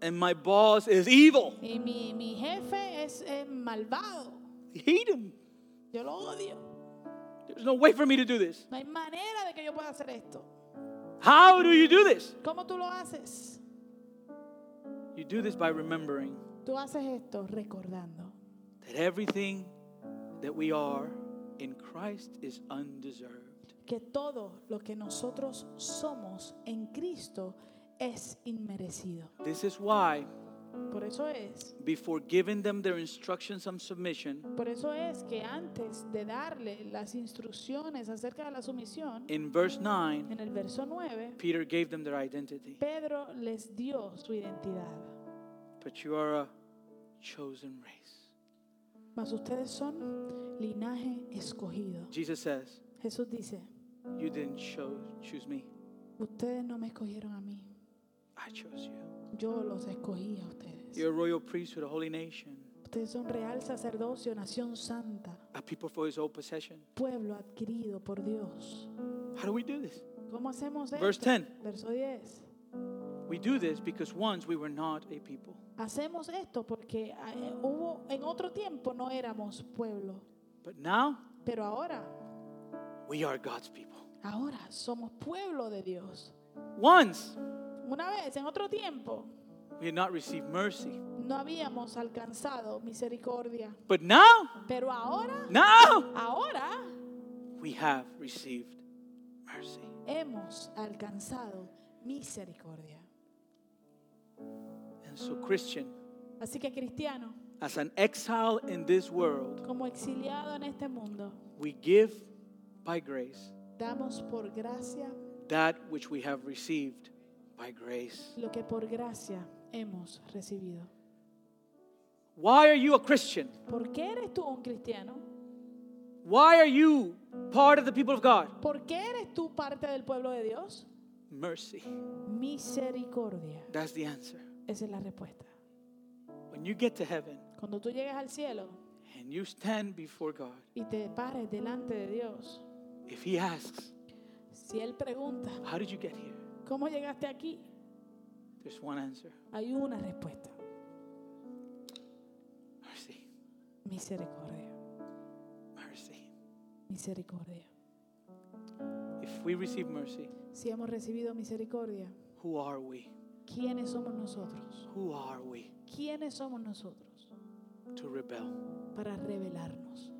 B: and my boss is evil.
C: Y mi, mi jefe es, eh, malvado.
B: I hate him.
C: Yo lo odio.
B: There's no way for me to do this.
C: No hay manera de que yo pueda hacer esto.
B: How do you do this?
C: ¿Cómo tú lo haces?
B: You do this by remembering
C: Tú haces esto recordando
B: that everything that we are in Christ is undeserved.
C: que todo lo que nosotros somos en Cristo es inmerecido.
B: This is why
C: Por eso es,
B: before giving them their instructions on submission,
C: por eso es que antes de darle las instrucciones acerca de la sumisión,
B: in verse 9,
C: en el verso 9,
B: Peter gave them their identity.
C: Pedro les dio su identidad.
B: But you are a chosen race.
C: Mas ustedes son linaje escogido.
B: Jesus says,
C: Jesús dice,
B: You didn't cho- choose me,
C: Ustedes no me escogieron a mí,
B: I chose you.
C: yo los escogí a ustedes.
B: You're a royal priesthood, a holy nation,
C: ustedes son real sacerdocio, nación santa,
B: a people for his own possession.
C: pueblo adquirido por Dios.
B: How do we do this?
C: ¿Cómo hacemos esto?
B: Verse 10.
C: Verso 10.
B: We do this because once we were not a people,
C: Hacemos esto porque eh, hubo en otro tiempo no éramos pueblo,
B: but now
C: pero ahora,
B: we are God's people.
C: ahora somos pueblo de Dios.
B: Once
C: Una vez, en otro tiempo,
B: we had not received mercy,
C: no habíamos alcanzado misericordia,
B: but now,
C: pero ahora,
B: now
C: ahora
B: we have received mercy.
C: hemos alcanzado misericordia.
B: And so, Christian,
C: Así que cristiano,
B: as an exile in this world,
C: como exiliado en este mundo,
B: we give by grace
C: damos por gracia
B: that which we have received by grace.
C: lo que por gracia hemos recibido.
B: Why are you a Christian?
C: ¿Por qué eres tú un cristiano?
B: Why are you part of the people of God?
C: ¿Por qué eres tú parte del pueblo de Dios?
B: Mercy.
C: Misericordia.
B: That's the answer.
C: Esa es la respuesta.
B: When you get to heaven
C: Cuando tú llegues al cielo
B: and you stand before God,
C: y te pares delante de Dios,
B: if He asks,
C: si Él pregunta,
B: How did you get here?
C: ¿cómo llegaste aquí?
B: There's one answer
C: Hay una respuesta,
B: mercy,
C: misericordia,
B: mercy.
C: misericordia.
B: If we receive mercy,
C: Si hemos recibido misericordia,
B: who are we?
C: ¿quiénes somos nosotros?
B: Who are we
C: ¿Quiénes somos nosotros
B: to rebel?
C: para rebelarnos?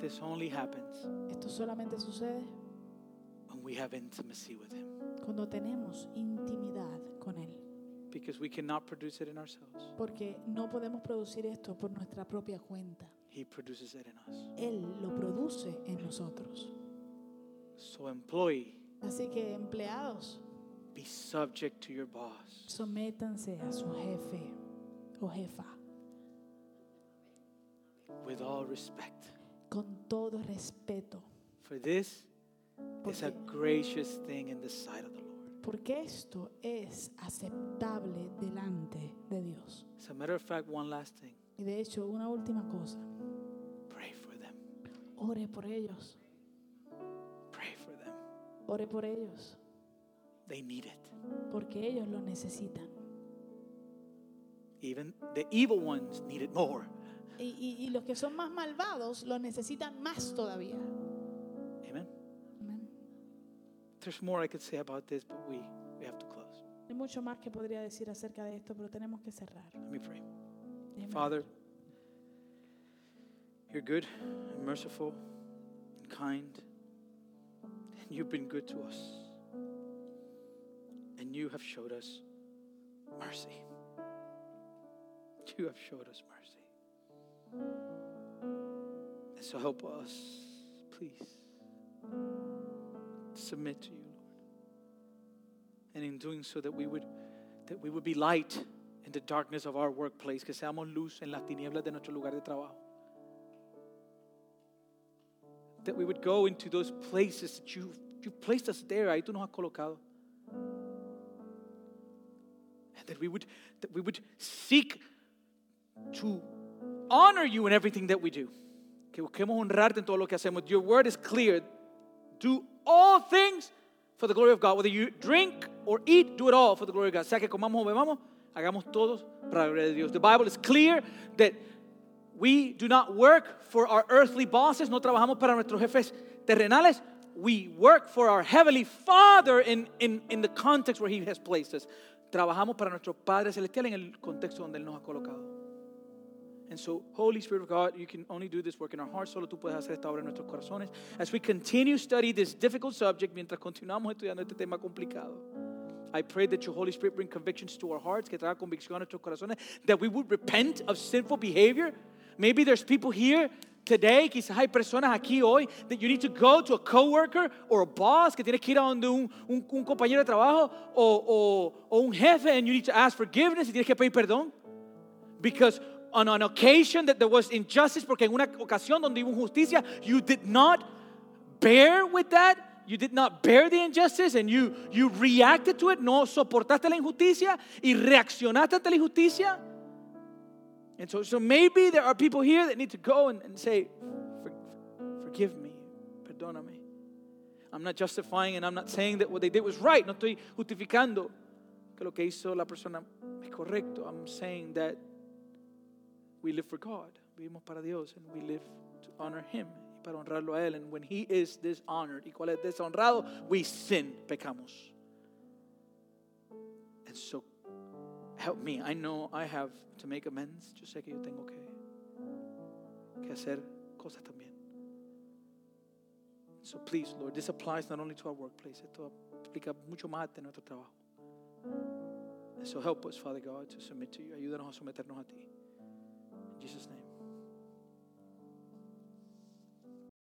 B: This only happens
C: Esto solamente sucede
B: when we have intimacy with Him
C: cuando tenemos intimidad con Él,
B: because we cannot produce it in ourselves.
C: porque no podemos producir esto por nuestra propia cuenta.
B: He produces it in us.
C: Él lo produce en nosotros.
B: So, employee,
C: Así que empleados,
B: be subject to your boss.
C: sométanse a su jefe o jefa
B: with all respect.
C: con todo respeto,
B: For this is a
C: porque,
B: gracious thing in the sight of the Lord.
C: porque esto es aceptable delante de Dios.
B: As a matter of fact, one last thing
C: Y de hecho, una última cosa,
B: pray for them.
C: ore por ellos,
B: Pray for them.
C: ore por ellos,
B: They need it.
C: porque ellos lo necesitan.
B: Even the evil ones need it more.
C: Y, y- y los que son más malvados lo necesitan más todavía.
B: Amen.
C: Amén.
B: There's more I could say about this, but we, we have to close.
C: Hay mucho más que podría decir acerca de esto, pero tenemos que cerrar.
B: Let me pray.
C: Déjeme
B: Father, you're good and merciful and kind, and you've been good to us, and you have showed us mercy. You have showed us mercy. And so help us, please, submit to you, Lord. And in doing so that we would that we would be light in the darkness of our workplace, que seamos luz en las tinieblas de nuestro lugar de trabajo. That we would go into those places that you, you placed us there, ahí tú nos has colocado. And that we would, that we would seek to honor you in everything that we do. Que busquemos honrarte en todo lo que hacemos. Your word is clear. Do all things for the glory of God. Whether you drink or eat, do it all for the glory of God. Sea que comamos o bebamos, hagamos todos para la gloria de Dios. The Bible is clear that we do not work for our earthly bosses. No trabajamos para nuestros jefes terrenales. We work for our heavenly Father in, in, in the context where He has placed us. Trabajamos para nuestro Padre Celestial en el contexto donde Él nos ha colocado. And so, Holy Spirit of God, you can only do this work in our hearts. Solo tú puedes hacer esta obra en nuestros corazones. As we continue study this difficult subject, mientras continuamos estudiando este tema complicado, I pray that your Holy Spirit bring convictions to our hearts, que traiga convicción a nuestros corazones, that we would repent of sinful behavior. Maybe there's people here today, quizás hay personas aquí hoy, that you need to go to a coworker or a boss, que tienes que ir a donde un, un, un compañero de trabajo o, o, o un jefe, and you need to ask forgiveness y tienes que pedir perdón. Because on an occasion that there was injustice, porque en una ocasión donde hubo injusticia, you did not bear with that. You did not bear the injustice and you, you reacted to it. No soportaste la injusticia y reaccionaste ante la injusticia. And so, so maybe there are people here that need to go and, and say, "For- Forgive me, perdóname. I'm not justifying and I'm not saying that what they did was right. No estoy justificando que lo que hizo la persona es correcto. I'm saying that we live for God. Vivimos para Dios and we live to honor Him y para honrarlo a Él. And when He is dishonored y cual es deshonrado, we sin, pecamos. And so, help me. I know I have to make amends. Yo sé que yo tengo que, que hacer cosas también. So please, Lord, this applies not only to our workplace, esto aplica mucho más de nuestro trabajo. And so help us, Father God, to submit to you. Ayúdanos a someternos a ti. In Jesus' name.